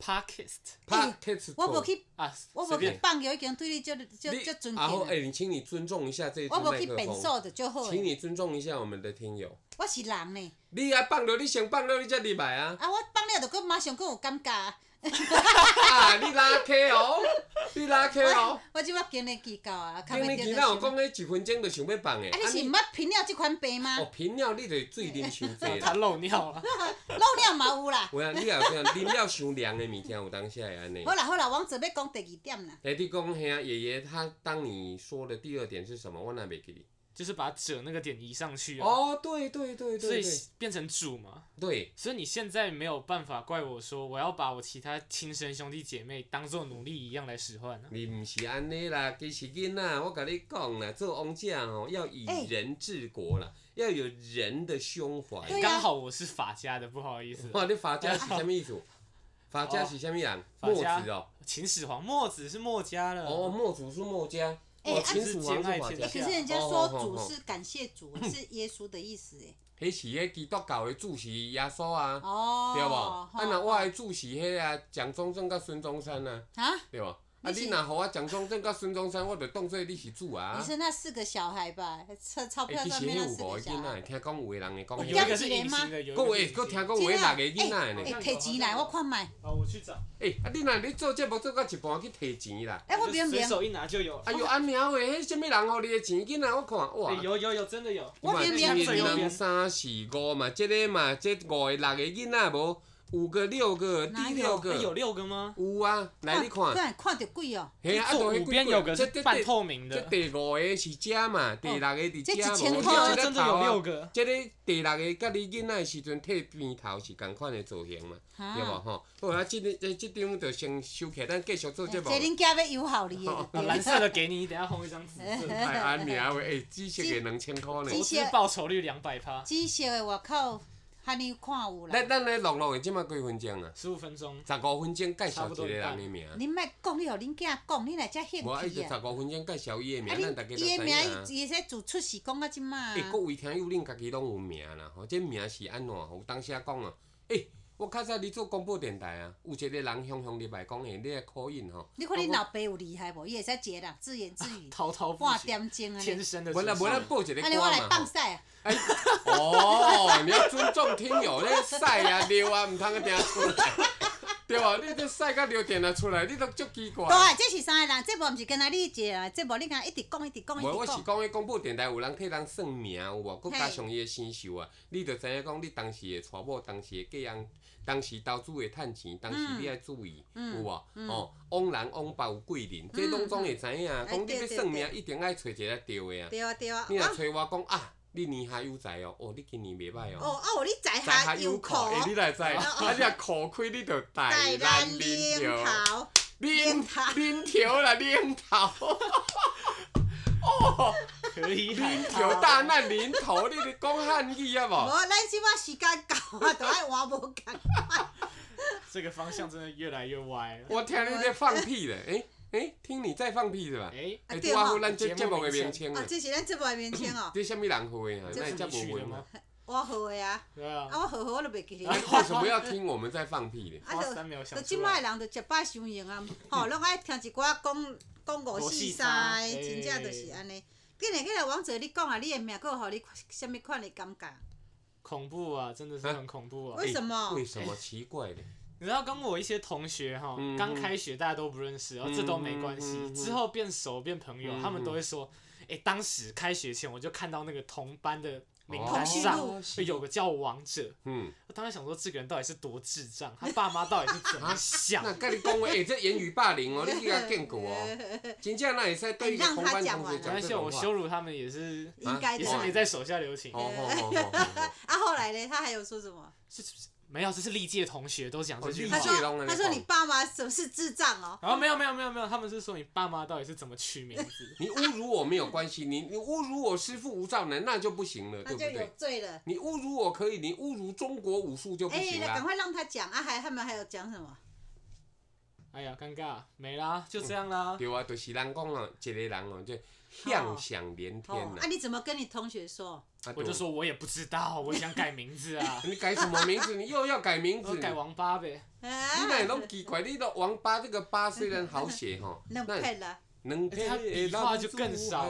Speaker 3: Podcast
Speaker 1: podcast，
Speaker 2: 我无去，
Speaker 3: 啊，
Speaker 2: 我无
Speaker 3: 随
Speaker 2: 去
Speaker 3: 便。
Speaker 2: 放球，已经对你足足
Speaker 1: 你
Speaker 2: 足尊敬
Speaker 1: 啊好，
Speaker 2: 了。
Speaker 1: 诶、你请你尊重一下这一支
Speaker 2: 我无
Speaker 1: 麦
Speaker 2: 去变
Speaker 1: 克风，
Speaker 2: 数就就好
Speaker 1: 请
Speaker 2: 诶。
Speaker 1: 你尊重一下我们的听友。
Speaker 2: 我是人呢，
Speaker 1: 你啊放了，你先放了，你才入来 啊！
Speaker 2: 啊，我放了就搁马上搁有感觉啊。
Speaker 1: 啊，你拉客哦，你拉客
Speaker 2: 我
Speaker 1: 哦。
Speaker 2: 我即摆经历期到啊，较
Speaker 1: 今
Speaker 2: 袂
Speaker 1: 日
Speaker 2: 着
Speaker 1: 其
Speaker 2: 就
Speaker 1: 他有
Speaker 2: 想
Speaker 1: 讲咧一分钟就想要放诶，
Speaker 2: 啊，你是毋捌频尿即款病吗
Speaker 1: 哦？频尿，你就是水啉伤济
Speaker 3: 他
Speaker 1: 啦。
Speaker 3: 漏尿了，
Speaker 2: 漏尿嘛有 啦。
Speaker 1: 有啊，你也有讲啉了伤凉的物件，有当下会安尼。
Speaker 2: 好啦好啦，王子要讲第二点啦。
Speaker 1: 哎，你讲遐爷爷他当你说的第二点是什么？我哪袂记哩。
Speaker 3: 就是把褶那个点移上去啊，
Speaker 1: 哦，对对对
Speaker 3: 所
Speaker 1: 对
Speaker 3: 以
Speaker 1: 对
Speaker 3: 变成主嘛。
Speaker 1: 对，
Speaker 3: 所以你现在没有办法怪我说我要把我其他亲生兄弟姐妹当做奴隶一样来使唤啊。
Speaker 1: 你毋是安尼啦，其实囡仔，我甲你讲啦，做王者吼、要以
Speaker 2: 哎
Speaker 1: 人治国啦，要有人的胸怀。
Speaker 2: 对啊
Speaker 3: 刚好我是法家的，不好意思，
Speaker 1: 哇，你法家是啥物意思？法家是啥物人？
Speaker 3: 法
Speaker 1: 墨
Speaker 3: 家
Speaker 1: 子哦，
Speaker 3: 秦始皇墨子是墨家了。
Speaker 1: 哦，墨子是墨家，
Speaker 2: 哎
Speaker 1: 哦，
Speaker 2: 啊
Speaker 1: 秦始皇是法
Speaker 3: 是
Speaker 1: 家
Speaker 2: 欸、
Speaker 3: 啊
Speaker 2: 可
Speaker 3: 兼
Speaker 2: 是人家
Speaker 1: 哦
Speaker 2: 说
Speaker 1: 哦
Speaker 2: 主
Speaker 1: 哦
Speaker 2: 是感谢主， 是耶稣的意思哎。
Speaker 1: 迄是迄基督教的主席耶稣啊，
Speaker 2: 哦，
Speaker 1: 对无？
Speaker 2: 吼
Speaker 1: 啊，若我的主席迄啊，蒋中正甲孙中山啊。
Speaker 2: 啊，
Speaker 1: 对吧？啊，
Speaker 2: 你是
Speaker 1: 你若互我蒋中正甲孙中山，我就当做你是主啊
Speaker 2: 你。是那四个小孩吧？钞钞
Speaker 1: 欸
Speaker 2: 票
Speaker 1: 其
Speaker 2: 上
Speaker 1: 实迄
Speaker 2: 面那
Speaker 1: 有
Speaker 2: 四
Speaker 1: 五个
Speaker 2: 个小
Speaker 1: 囡
Speaker 2: 孩
Speaker 1: 仔，。听讲有个人会讲
Speaker 3: 哦
Speaker 1: 那
Speaker 3: 有一
Speaker 1: 个，
Speaker 3: 个是隐形的，有一
Speaker 1: 佫
Speaker 3: 个
Speaker 1: 有佫
Speaker 3: 是隐
Speaker 1: 听
Speaker 3: 形
Speaker 1: 讲
Speaker 3: 的。
Speaker 1: 有个
Speaker 2: 真的啊
Speaker 1: 六个囡仔
Speaker 2: 哎、
Speaker 1: 呢。
Speaker 2: 欸提钱来，我看卖。
Speaker 3: 好，哦我去找。
Speaker 1: 诶，啊，你若你做节目做到一半去摕钱啦。
Speaker 2: 哎、我
Speaker 3: 就
Speaker 2: 不用不
Speaker 3: 随
Speaker 2: 用，
Speaker 3: 手一拿就有。
Speaker 1: 哎呦，安尼啊喂，迄什么人互你的钱？囡仔我看哇
Speaker 3: 哎，，有有有，真的有。
Speaker 2: 我
Speaker 1: 嘛
Speaker 2: 明明
Speaker 1: 一
Speaker 3: 最右
Speaker 1: 二
Speaker 3: 边
Speaker 1: 三四五嘛，即个嘛，即五个六个囡仔无五个、六个、第六
Speaker 2: 哪有
Speaker 3: 哎有
Speaker 1: 个，
Speaker 3: 六个吗？
Speaker 1: 有啊，来你看，
Speaker 2: 看看到 鬼哦，
Speaker 1: 嘿啊，
Speaker 3: 左
Speaker 1: 就那
Speaker 3: 五边
Speaker 1: 几
Speaker 3: 有个是
Speaker 1: 这这
Speaker 3: 半透明
Speaker 1: 这
Speaker 3: 的，
Speaker 1: 第五个是遮嘛，第六个是
Speaker 2: 这一
Speaker 1: 遮
Speaker 2: 千
Speaker 1: 无
Speaker 2: 块
Speaker 1: 遮
Speaker 2: 啊
Speaker 1: 在
Speaker 3: 真的
Speaker 1: 头
Speaker 3: 有
Speaker 1: 啊
Speaker 3: 六个。
Speaker 1: 即个第六个甲你囡仔的时阵剃平头是共款的造型嘛，对无
Speaker 2: 哈，
Speaker 1: 吼？好啊，即个即张就先收起来，咱继续做节
Speaker 2: 这
Speaker 1: 目。
Speaker 2: 恁家要友好 你的
Speaker 3: 啊
Speaker 2: 就
Speaker 3: 蓝
Speaker 2: 对了，
Speaker 3: 色的给你，等一下红一张紫色 的。
Speaker 1: 哎，安名话，哎，知识个两千箍呢
Speaker 2: 这。
Speaker 3: 投资报酬率两百趴，
Speaker 2: 紫色的外口，安尼看有啦
Speaker 1: 咱。咱来录录的，即马几分钟啊？
Speaker 3: 十五分钟。
Speaker 1: 十五分钟介绍一个人的名，
Speaker 2: 恁莫讲，你互恁囝讲，恁若遮兴
Speaker 1: 无伊
Speaker 2: 趣
Speaker 1: 就
Speaker 2: 啊
Speaker 1: 十。五分钟介绍伊的
Speaker 2: 啊，
Speaker 1: 名，咱大
Speaker 2: 恁
Speaker 1: 家就
Speaker 2: 伊的
Speaker 1: 知
Speaker 2: 名
Speaker 1: 影啊，。
Speaker 2: 伊会使自出世讲到即满
Speaker 1: 诶，
Speaker 2: 啊
Speaker 1: 各。位欸听友恁家己拢有名啦，吼，这名是安怎？有当时啊讲哦，诶，我较早咧做广播电台啊，有一个人向向入来讲诶，你来考验吼。
Speaker 2: 你看恁老爸有厉害无？伊会使一个人自言自 语，
Speaker 1: 啊
Speaker 3: 滔滔不
Speaker 2: 半
Speaker 3: 绝，
Speaker 2: 点钟安
Speaker 3: 天
Speaker 2: 尼。
Speaker 3: 生的主
Speaker 1: 无
Speaker 3: 持人。
Speaker 1: 啦无啦，报一个歌
Speaker 2: 安尼我来
Speaker 1: 嘛
Speaker 2: 放
Speaker 1: 吼。
Speaker 2: 屎啊！
Speaker 1: 哎，哦，你要尊重听友，你晒啊尿啊，毋通个定出来， 对无？你这晒甲尿定啊出来，你都足奇怪。
Speaker 2: 对，啊这是三个人，这无毋是跟阿你一个人，这无你敢一直讲一直讲一
Speaker 1: 无，我
Speaker 2: 直
Speaker 1: 是
Speaker 2: 讲。
Speaker 1: 讲迄广播电台有人替人算命有无？佮
Speaker 2: 嘿
Speaker 1: 加上伊的生肖啊，你就知影讲你当时的娶某，当时的嫁人，当时投资会趁钱，当时
Speaker 2: 嗯
Speaker 1: 你爱注意，有无？哦，往人往爸有贵人，这拢总会知影。啊
Speaker 2: 哎
Speaker 1: 讲你
Speaker 2: 对
Speaker 1: 要
Speaker 2: 对
Speaker 1: 算命，
Speaker 2: 对
Speaker 1: 一定爱找一个对的啊。
Speaker 2: 对啊对啊，
Speaker 1: 你若
Speaker 2: 啊
Speaker 1: 找我讲啊，你年下有才哦，哦，你今年袂歹
Speaker 2: 哦啊，哦你在
Speaker 1: 在
Speaker 2: 下
Speaker 1: 下有
Speaker 2: 有
Speaker 1: 苦，
Speaker 2: 苦，
Speaker 1: 哎、你来知，
Speaker 2: 哦
Speaker 1: 啊，你若苦开，你就大
Speaker 2: 在
Speaker 1: 难
Speaker 2: 咱
Speaker 1: 临
Speaker 2: 领
Speaker 1: 头，
Speaker 2: 头。
Speaker 1: 临
Speaker 2: 头
Speaker 1: 临头啦，临头，
Speaker 3: 可 以
Speaker 1: 临
Speaker 3: 喊
Speaker 1: 头大难临头，你咧讲汉语啊 无？
Speaker 2: 无，哦咱即摆时间到啊，都爱换无共。
Speaker 3: 这个方向真的越来越歪了。
Speaker 1: 我听你在放屁咧，诶、诶、听你在放屁是吧？
Speaker 3: 哎，
Speaker 2: 啊
Speaker 1: 诶，
Speaker 2: 对
Speaker 1: 拄啊好
Speaker 2: 吼，
Speaker 1: 咱这
Speaker 3: 节目
Speaker 1: 节目的
Speaker 3: 名
Speaker 1: 名称
Speaker 2: 啊
Speaker 1: 啊，
Speaker 2: 这是咱节目的名称哦，
Speaker 1: 这什么人会啊？
Speaker 2: 这
Speaker 1: 那
Speaker 3: 这
Speaker 1: 也
Speaker 3: 是
Speaker 1: 叫
Speaker 3: 你
Speaker 1: 不
Speaker 3: 去
Speaker 1: 会
Speaker 3: 的吗？？
Speaker 2: 我好的啊，
Speaker 3: 对
Speaker 1: 嗯
Speaker 2: 啊
Speaker 3: 啊，
Speaker 2: 我好好我都袂记
Speaker 1: 你
Speaker 2: 咧。
Speaker 1: 为什么要听我们在放屁 咧？
Speaker 2: 啊
Speaker 3: 花
Speaker 2: 就
Speaker 3: 三秒想
Speaker 2: 就
Speaker 3: 出
Speaker 2: 即摆
Speaker 3: 来。
Speaker 2: 的人就食饱伤用啊，
Speaker 1: 嗯
Speaker 2: 吼，拢爱听一寡讲讲五四三
Speaker 3: 五
Speaker 2: 的，
Speaker 3: 四三
Speaker 2: 真
Speaker 1: 哎
Speaker 2: 正就是安尼。紧来紧来，王者，你讲啊，你的名佫互你什物款的感觉？
Speaker 3: 恐怖啊，真的是
Speaker 1: 嗯
Speaker 3: 很恐怖啊！
Speaker 2: 为什么
Speaker 1: 诶哎为什么奇怪咧？
Speaker 3: 你知道，跟我一些同学哈
Speaker 1: 嗯，
Speaker 3: 刚开学大家都不认识，哦然后这都没关
Speaker 1: 嗯嗯
Speaker 3: 系，
Speaker 1: 嗯
Speaker 3: 之后变熟变朋友
Speaker 1: 嗯，
Speaker 3: 他们都会说，哎，当时开学前我就看到那个同班的名
Speaker 1: 哦
Speaker 3: 单上哎
Speaker 1: 通讯录
Speaker 3: 有个叫王者，
Speaker 1: 嗯，
Speaker 3: 我当时想说，这个人到底是多智障，他爸妈到底是怎么想？
Speaker 1: 啊那跟你讲话，诶、这言语霸凌哦， 你去甲见过哦。
Speaker 2: 哦。
Speaker 1: 真正那会使对一个同班同学
Speaker 3: 没
Speaker 1: 讲
Speaker 3: 关
Speaker 1: 这
Speaker 3: 系，我
Speaker 1: 种话
Speaker 3: 羞。辱他们也是
Speaker 2: 应该
Speaker 1: 啊
Speaker 3: 也
Speaker 2: 的
Speaker 3: 是
Speaker 2: 啦。
Speaker 3: 没在手下留情
Speaker 1: 哦，哦哦哦哦，
Speaker 2: 啊，后来呢？他还有说什么？
Speaker 3: 是是没有，这是历届同学都讲这句话
Speaker 2: 他
Speaker 1: 哦历届。拢在那
Speaker 2: 说他说
Speaker 1: 讲？
Speaker 2: 你爸妈是不是智障哦？
Speaker 3: 然后没有没有没有没有，他们是说你爸妈到底是怎么取名字
Speaker 1: 你侮辱我没有关系，你你侮辱我师傅吴兆南那就不行 了，对
Speaker 2: 那
Speaker 1: 不
Speaker 2: 就有
Speaker 1: 对？
Speaker 2: 罪了。
Speaker 1: 你侮辱我可以，你侮辱中国武术就不
Speaker 2: 哎，
Speaker 1: 行
Speaker 2: 那赶
Speaker 1: 啦。
Speaker 2: 快让他讲啊！还他们还有讲什 么？
Speaker 3: 哎呀，尴尬，没啦，就这样啦。
Speaker 1: 对啊，就是人讲哦，一个人哦，就遐想连天
Speaker 2: 哦，
Speaker 1: 呐
Speaker 2: 啊，。你怎么跟你同学说？
Speaker 1: 啊
Speaker 3: 我就，说我也不知道，我想改名字 啊，
Speaker 1: 对你改什么名字？你又要改名
Speaker 3: 我
Speaker 1: 字？
Speaker 3: 改
Speaker 1: 你
Speaker 3: 王八呗。
Speaker 1: 那
Speaker 2: 啊，
Speaker 1: 拢奇怪，你都王八这个八虽然好写吼，
Speaker 2: 两
Speaker 1: 那
Speaker 2: 配了。
Speaker 1: 能
Speaker 3: 哎他笔画就更少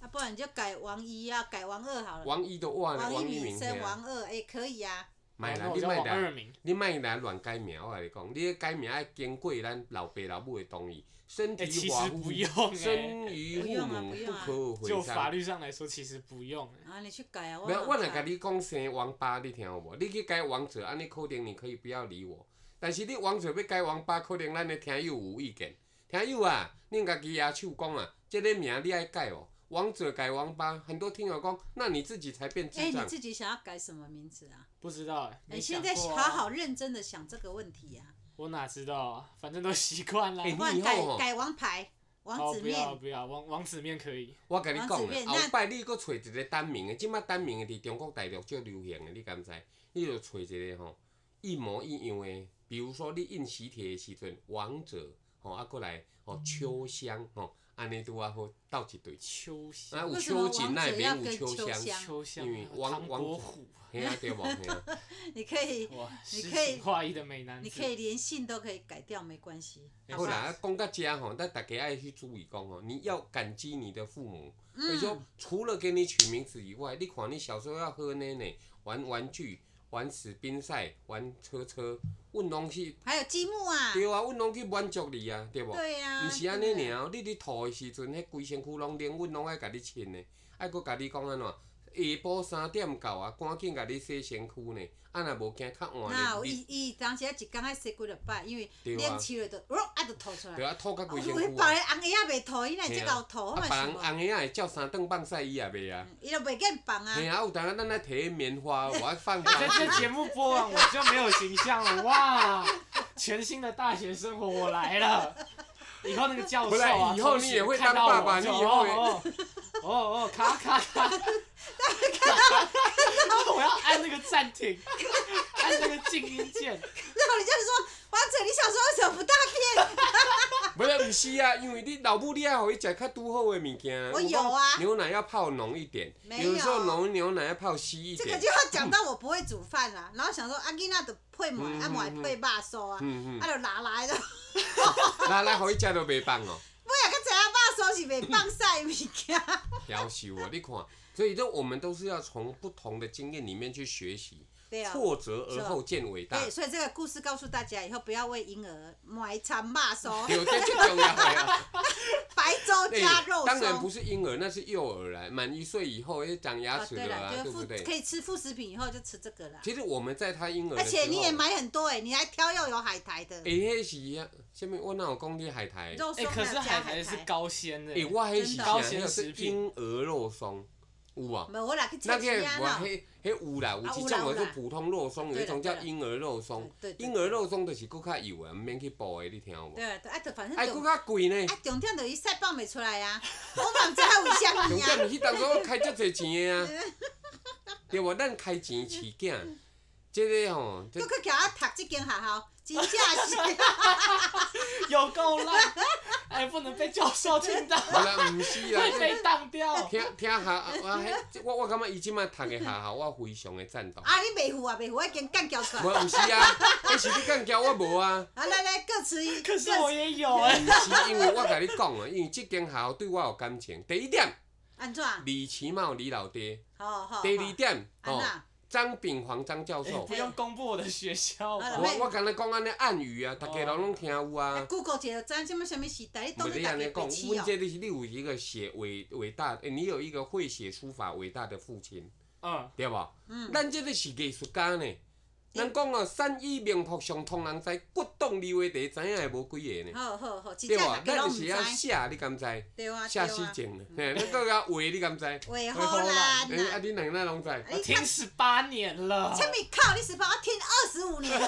Speaker 2: 啊，不然你就改王一啊，改王二好了。
Speaker 1: 王一的哇，王
Speaker 2: 一
Speaker 1: 一
Speaker 2: 女
Speaker 1: 鸣
Speaker 2: 生
Speaker 1: 嘿啊，
Speaker 2: 王二，哎，可以啊。
Speaker 1: 卖
Speaker 3: 然
Speaker 1: 啦
Speaker 3: 后，我
Speaker 1: 你
Speaker 3: 就
Speaker 1: 卖
Speaker 3: 王
Speaker 1: 啦。
Speaker 3: 二名，
Speaker 1: 你莫来乱改名，我甲你讲，你改名要经过咱老爸老母的同意，身
Speaker 3: 哎，
Speaker 1: 体
Speaker 3: 其
Speaker 1: 发
Speaker 3: 实
Speaker 1: 肤，
Speaker 3: 不用哎，
Speaker 1: 生于父母不可
Speaker 3: 就
Speaker 1: 毁
Speaker 3: 法
Speaker 1: 伤。
Speaker 3: 律上来说，其实不用哎。
Speaker 2: 啊，你去改啊。我
Speaker 1: 没有，我
Speaker 2: 哪
Speaker 1: 若
Speaker 2: 有
Speaker 1: 甲
Speaker 2: 改。
Speaker 1: 你讲生王八，你听有无？你去改王者，安尼可能你可以不要理我，但是你王者要改王八，可能咱的听友有意见。听友啊，恁家己野手讲啊，即、个名你爱改哦，王者改王八，很多听友讲，那你自己才变智
Speaker 2: 哎，
Speaker 1: 障。
Speaker 2: 你自己想要改什么名字啊？
Speaker 3: 不知道哎，没
Speaker 2: 你现
Speaker 3: 想
Speaker 2: 在
Speaker 3: 过
Speaker 2: 好
Speaker 3: 啊
Speaker 2: 好认真的想这个问题啊，
Speaker 3: 我哪知道啊，反正都习惯啦
Speaker 1: 哎。
Speaker 2: 不然
Speaker 1: 你以
Speaker 2: 改
Speaker 1: 后哦
Speaker 2: 改王牌、王
Speaker 3: 哦，
Speaker 2: 子
Speaker 3: 不要
Speaker 2: 面。
Speaker 3: 不要，王王子面可以。
Speaker 1: 我甲你讲
Speaker 2: 王子
Speaker 1: 啦，
Speaker 2: 变
Speaker 1: 后
Speaker 2: 那
Speaker 1: 摆你搁找一个单名的，即摆单名的伫中国大陆最流行的，你敢知？你著找一个吼一模一样的，比如说你印习题的时阵，王者吼啊，过来吼秋香吼，安尼拄啊好斗一对。
Speaker 3: 秋
Speaker 1: 啊，
Speaker 3: 香，
Speaker 1: 有
Speaker 2: 为什么
Speaker 1: 秋瑾那
Speaker 2: 王者要
Speaker 1: 免有
Speaker 2: 跟
Speaker 1: 秋
Speaker 2: 秋
Speaker 1: 香，
Speaker 2: 香啊
Speaker 3: 秋香，啊
Speaker 1: 因为
Speaker 3: 还有
Speaker 1: 王
Speaker 3: 唐
Speaker 1: 王
Speaker 3: 伯
Speaker 1: 子
Speaker 3: 虎，
Speaker 1: 嘿啊对无？嘿啊，
Speaker 2: 你可 以，
Speaker 3: 哇，诗
Speaker 2: 可以
Speaker 3: 情画意的美男子。
Speaker 2: 你可以连姓都可以改掉，没关系。
Speaker 3: 哎
Speaker 1: 好
Speaker 2: 不
Speaker 1: 啦，
Speaker 2: 好？
Speaker 1: 啊讲到遮吼，咱大家爱去注意讲吼，你要感激你的父母。
Speaker 2: 嗯
Speaker 1: 所以说，除了给你取名字以外，你看你小时候要喝奶奶、玩玩具、玩史宾赛、玩车车，阮拢去
Speaker 2: 还有积木啊，
Speaker 1: 对啊，阮拢去满足你啊，对无？
Speaker 2: 对呀。
Speaker 1: 毋是安
Speaker 2: 对啊
Speaker 1: 尼尔哦，你伫吐的时阵，迄规身躯拢冷，阮拢爱甲你亲的，爱佫甲你讲安怎？晡三点到啊，赶紧甲你洗身躯呢，啊若无惊较
Speaker 2: 那
Speaker 1: 晚
Speaker 2: 有
Speaker 1: 咧，
Speaker 2: 伊
Speaker 1: 你
Speaker 2: 伊当时啊一工爱洗几落摆，因为
Speaker 1: 对啊
Speaker 2: 冷气了就，哦啊就吐出来。哦
Speaker 1: 着啊吐甲
Speaker 2: 有
Speaker 1: 规
Speaker 2: 有
Speaker 1: 身
Speaker 2: 别人
Speaker 1: 躯
Speaker 2: 红
Speaker 1: 啊。
Speaker 2: 鞋仔袂吐，伊若
Speaker 1: 嘿
Speaker 2: 即
Speaker 1: 啊
Speaker 2: 到吐，我
Speaker 1: 啊，
Speaker 2: 嘛
Speaker 1: 别
Speaker 2: 想
Speaker 1: 人
Speaker 2: 无。
Speaker 1: 红的啊会照三顿放屎，伊也袂啊。
Speaker 2: 伊就袂瘾放啊。
Speaker 1: 嘿啊，有当啊，咱来摕棉花，我要放
Speaker 3: 在这节目播完我就没有形象了哇！全新的大学生活我来了，以后那个教授
Speaker 1: 不
Speaker 3: 啊，
Speaker 1: 然以后
Speaker 3: 同学
Speaker 1: 你也会
Speaker 3: 看
Speaker 1: 当
Speaker 3: 到
Speaker 1: 爸
Speaker 3: 我
Speaker 1: 爸
Speaker 3: 就
Speaker 1: 你以后也
Speaker 3: 哦哦哦哦，咔咔咔，我要按那个暂停，按那个静音 键，
Speaker 2: 然后你就是说，王者，你小时候为什么不大便？
Speaker 1: 不是，不是啊，因为你老母你爱互伊食较拄好的物件。
Speaker 2: 我
Speaker 1: 讲
Speaker 2: 有啊
Speaker 1: 牛奶要泡浓一点，
Speaker 2: 没
Speaker 1: 有时候
Speaker 2: 有
Speaker 1: 浓牛奶要泡稀一
Speaker 2: 这个
Speaker 1: 点
Speaker 2: 就。要讲到我不会煮饭啦，然后想说啊，囡仔就配糜，啊糜配肉酥啊，
Speaker 1: 嗯
Speaker 2: 啊就拿来咯。
Speaker 1: 嗯，来来，互伊食都袂放哦，
Speaker 2: 我也较知影肉酥是袂放晒的物件。
Speaker 1: 夭寿哦！你看，所以这我们都是要从不同的经验里面去学习，
Speaker 2: 对啊。
Speaker 1: 挫折而后见伟大
Speaker 2: 对，。所以这个故事告诉大家，以后不要喂婴儿买掺肉酥，
Speaker 1: 有这最重要的啊。
Speaker 2: 白粥
Speaker 1: 对
Speaker 2: 加肉
Speaker 1: 当然不
Speaker 2: 松。
Speaker 1: 是婴儿，那是幼儿啦，满一岁以后要哎长牙
Speaker 2: 啊，
Speaker 1: 齿
Speaker 2: 对
Speaker 1: 了
Speaker 2: 了，
Speaker 1: 啊，
Speaker 2: 就是
Speaker 1: 对
Speaker 2: 副
Speaker 1: 不对
Speaker 2: 可？以吃副食品以后就吃这个啦。
Speaker 1: 其实我们在他婴儿
Speaker 2: 而
Speaker 1: 的时
Speaker 2: 且
Speaker 1: 候，
Speaker 2: 你也买很多哎，你还挑要有海苔的
Speaker 1: 哎，迄是啊，下面我哪有讲你海苔？
Speaker 2: 肉哦
Speaker 3: 哎、
Speaker 2: 松，
Speaker 3: 可是
Speaker 2: 加
Speaker 3: 海
Speaker 2: 苔
Speaker 3: 苔是高纤的、
Speaker 1: 哎、我迄是啥？
Speaker 3: 真的
Speaker 1: 迄是婴儿肉松，有啊。
Speaker 2: 没有我来去
Speaker 1: 那个
Speaker 2: 切嗯切啊
Speaker 1: 我
Speaker 2: 啦，
Speaker 1: 迄迄有啦，有
Speaker 2: 啊
Speaker 1: 一
Speaker 2: 有啦
Speaker 1: 种
Speaker 2: 有
Speaker 1: 叫做
Speaker 2: 啦
Speaker 1: 普通肉松，有一种
Speaker 2: 对
Speaker 1: 叫
Speaker 2: 啦对啦
Speaker 1: 婴儿肉松。
Speaker 2: 对对
Speaker 1: 婴儿肉松就是佫较油啊，毋免去补的，你听有无？
Speaker 2: 对对，啊，就反
Speaker 1: 哎，
Speaker 2: 正
Speaker 1: 佫
Speaker 2: 重
Speaker 1: 较贵呢。
Speaker 2: 啊重点就是伊晒放袂出来啊，我嘛毋知影为啥
Speaker 1: 重
Speaker 2: 物
Speaker 1: 点
Speaker 2: 啊，
Speaker 1: 是迄当初我开足侪钱 的啊，对无？咱开钱饲囝，即个吼，这
Speaker 2: 又去叫我读即间学校，真正是
Speaker 3: 有够烂，哎、不能被教授听到，
Speaker 1: 好啦，毋是啦
Speaker 3: 会。被当掉。
Speaker 1: 哦听听下，我迄我我感觉伊即摆读的下校，我非常的赞同。
Speaker 2: 啊，你袂赴啊，袂赴，我已经干交出来
Speaker 1: 无，，毋是啊， 迄是你干交我无啊。
Speaker 2: 啊，来来各吃一，
Speaker 3: 可是
Speaker 2: 各
Speaker 3: 我也有哎、
Speaker 1: 毋是因为我甲你讲啊，因为即间学校对我有感情。第一点，
Speaker 2: 安怎？好
Speaker 1: 李奇茂李老爹；
Speaker 2: 好好，
Speaker 1: 第二点，
Speaker 2: 安哎
Speaker 1: 哦，
Speaker 2: 那，
Speaker 1: 张炳煌张教授
Speaker 3: 不。用公布我的学校吧
Speaker 2: 好了
Speaker 1: 我我敢若讲安尼暗语啊，大家拢拢听有
Speaker 2: 啊
Speaker 1: 啊。
Speaker 2: ，Google 一下，咱即么什么时代，你
Speaker 1: 不
Speaker 2: 当
Speaker 1: 是
Speaker 2: 你
Speaker 1: 安尼
Speaker 2: 大家
Speaker 1: 讲，
Speaker 2: 白痴
Speaker 1: 阮
Speaker 2: 哦，
Speaker 1: 这里是你有一个写伟伟大，诶，你有一个会写书法伟大的父亲。
Speaker 3: 嗯，
Speaker 1: 对无？咱即个是艺术家呢，咱讲哦，善以名目上通人知，骨董里话第知影的无几个呢，
Speaker 2: 好好好，真
Speaker 1: 对
Speaker 2: 正
Speaker 1: 无
Speaker 2: 大？家
Speaker 1: 咱
Speaker 2: 拢
Speaker 1: 就是
Speaker 2: 毋知，
Speaker 1: 要写，你敢知？
Speaker 2: 对啊对
Speaker 1: 写诗
Speaker 2: 啊，
Speaker 1: 情呢，嘿，咱搁甲画，你敢知？哎，
Speaker 2: 喂
Speaker 3: 好
Speaker 2: 好啦，
Speaker 1: 啊，
Speaker 2: 呐，
Speaker 1: 你两个拢知？
Speaker 2: 哎你
Speaker 3: 我听十八年了，
Speaker 2: 这么靠你十八，我听二十五 年。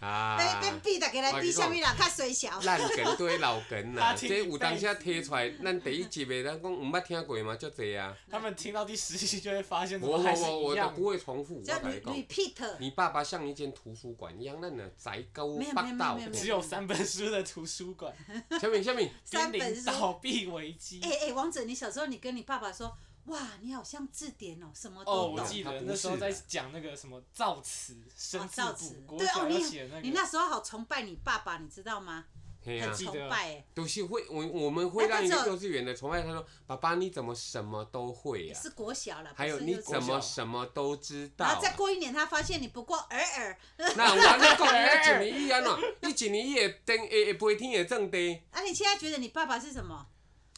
Speaker 1: 啊
Speaker 2: 要要
Speaker 1: 啊，
Speaker 2: 比大家来比，什么人较衰小？
Speaker 1: 烂梗对老梗 啦，
Speaker 2: 啊
Speaker 3: 他听
Speaker 1: 这
Speaker 3: 一
Speaker 1: 有当时啊
Speaker 3: 辈
Speaker 1: 提出来，咱第一集的咱讲毋捌听过嘛，足济啊。
Speaker 3: 他们听到第十集就会发
Speaker 2: 嗯
Speaker 3: 现怎
Speaker 1: 我
Speaker 3: 么
Speaker 1: 我
Speaker 3: 还是
Speaker 1: 我
Speaker 3: 一
Speaker 1: 我都
Speaker 3: 样。
Speaker 1: 不会重复，我
Speaker 2: 叫
Speaker 1: 甲你讲，
Speaker 2: repeat，
Speaker 1: 你爸爸像一间图书馆一样，咱呢宅沟
Speaker 2: 没有没
Speaker 1: 八
Speaker 2: 有
Speaker 1: 道
Speaker 2: 没。有没
Speaker 3: 只有三本书的图书馆，
Speaker 1: 小敏小敏，
Speaker 2: 三
Speaker 3: 濒
Speaker 2: 本
Speaker 3: 临
Speaker 2: 书
Speaker 3: 倒闭危机
Speaker 2: 哎。哎，王者，你小时候你跟你爸爸说，哇，你好像字典哦，什么
Speaker 3: 哦，
Speaker 2: 都
Speaker 3: 我
Speaker 2: 懂。
Speaker 3: 记
Speaker 1: 他
Speaker 3: 得
Speaker 1: 不
Speaker 3: 那时候
Speaker 1: 是
Speaker 3: 在
Speaker 1: 的
Speaker 3: 讲那个什么造词、生
Speaker 2: 哦，
Speaker 3: 字
Speaker 2: 造
Speaker 3: 谱
Speaker 2: 词，，
Speaker 3: 国
Speaker 2: 对
Speaker 3: 小
Speaker 2: 哦，
Speaker 3: 要写
Speaker 2: 你
Speaker 3: 那
Speaker 2: 你
Speaker 3: 个
Speaker 2: 那。时候好崇拜你爸爸，你知道吗？
Speaker 1: 嘿啊
Speaker 2: 很。崇拜哎，
Speaker 1: 都是会，我我们会
Speaker 2: 哎
Speaker 1: 让
Speaker 2: 但
Speaker 1: 一
Speaker 2: 是
Speaker 1: 个
Speaker 2: 我
Speaker 1: 幼稚园的崇拜他说：“爸爸，你怎么什么都会呀、
Speaker 2: 是国小了，
Speaker 1: 还有
Speaker 2: 不是
Speaker 1: 你
Speaker 2: 幼稚
Speaker 1: 怎
Speaker 2: 园
Speaker 1: 么什么都知道、
Speaker 2: 然
Speaker 1: 啊
Speaker 2: 后再？”过一年，他发现你不过尔尔，
Speaker 1: 那我跟你讲，你一年伊安怎？啊 你一年伊会登会会飞天会正地。
Speaker 2: 啊，你现在觉得你爸爸是什么？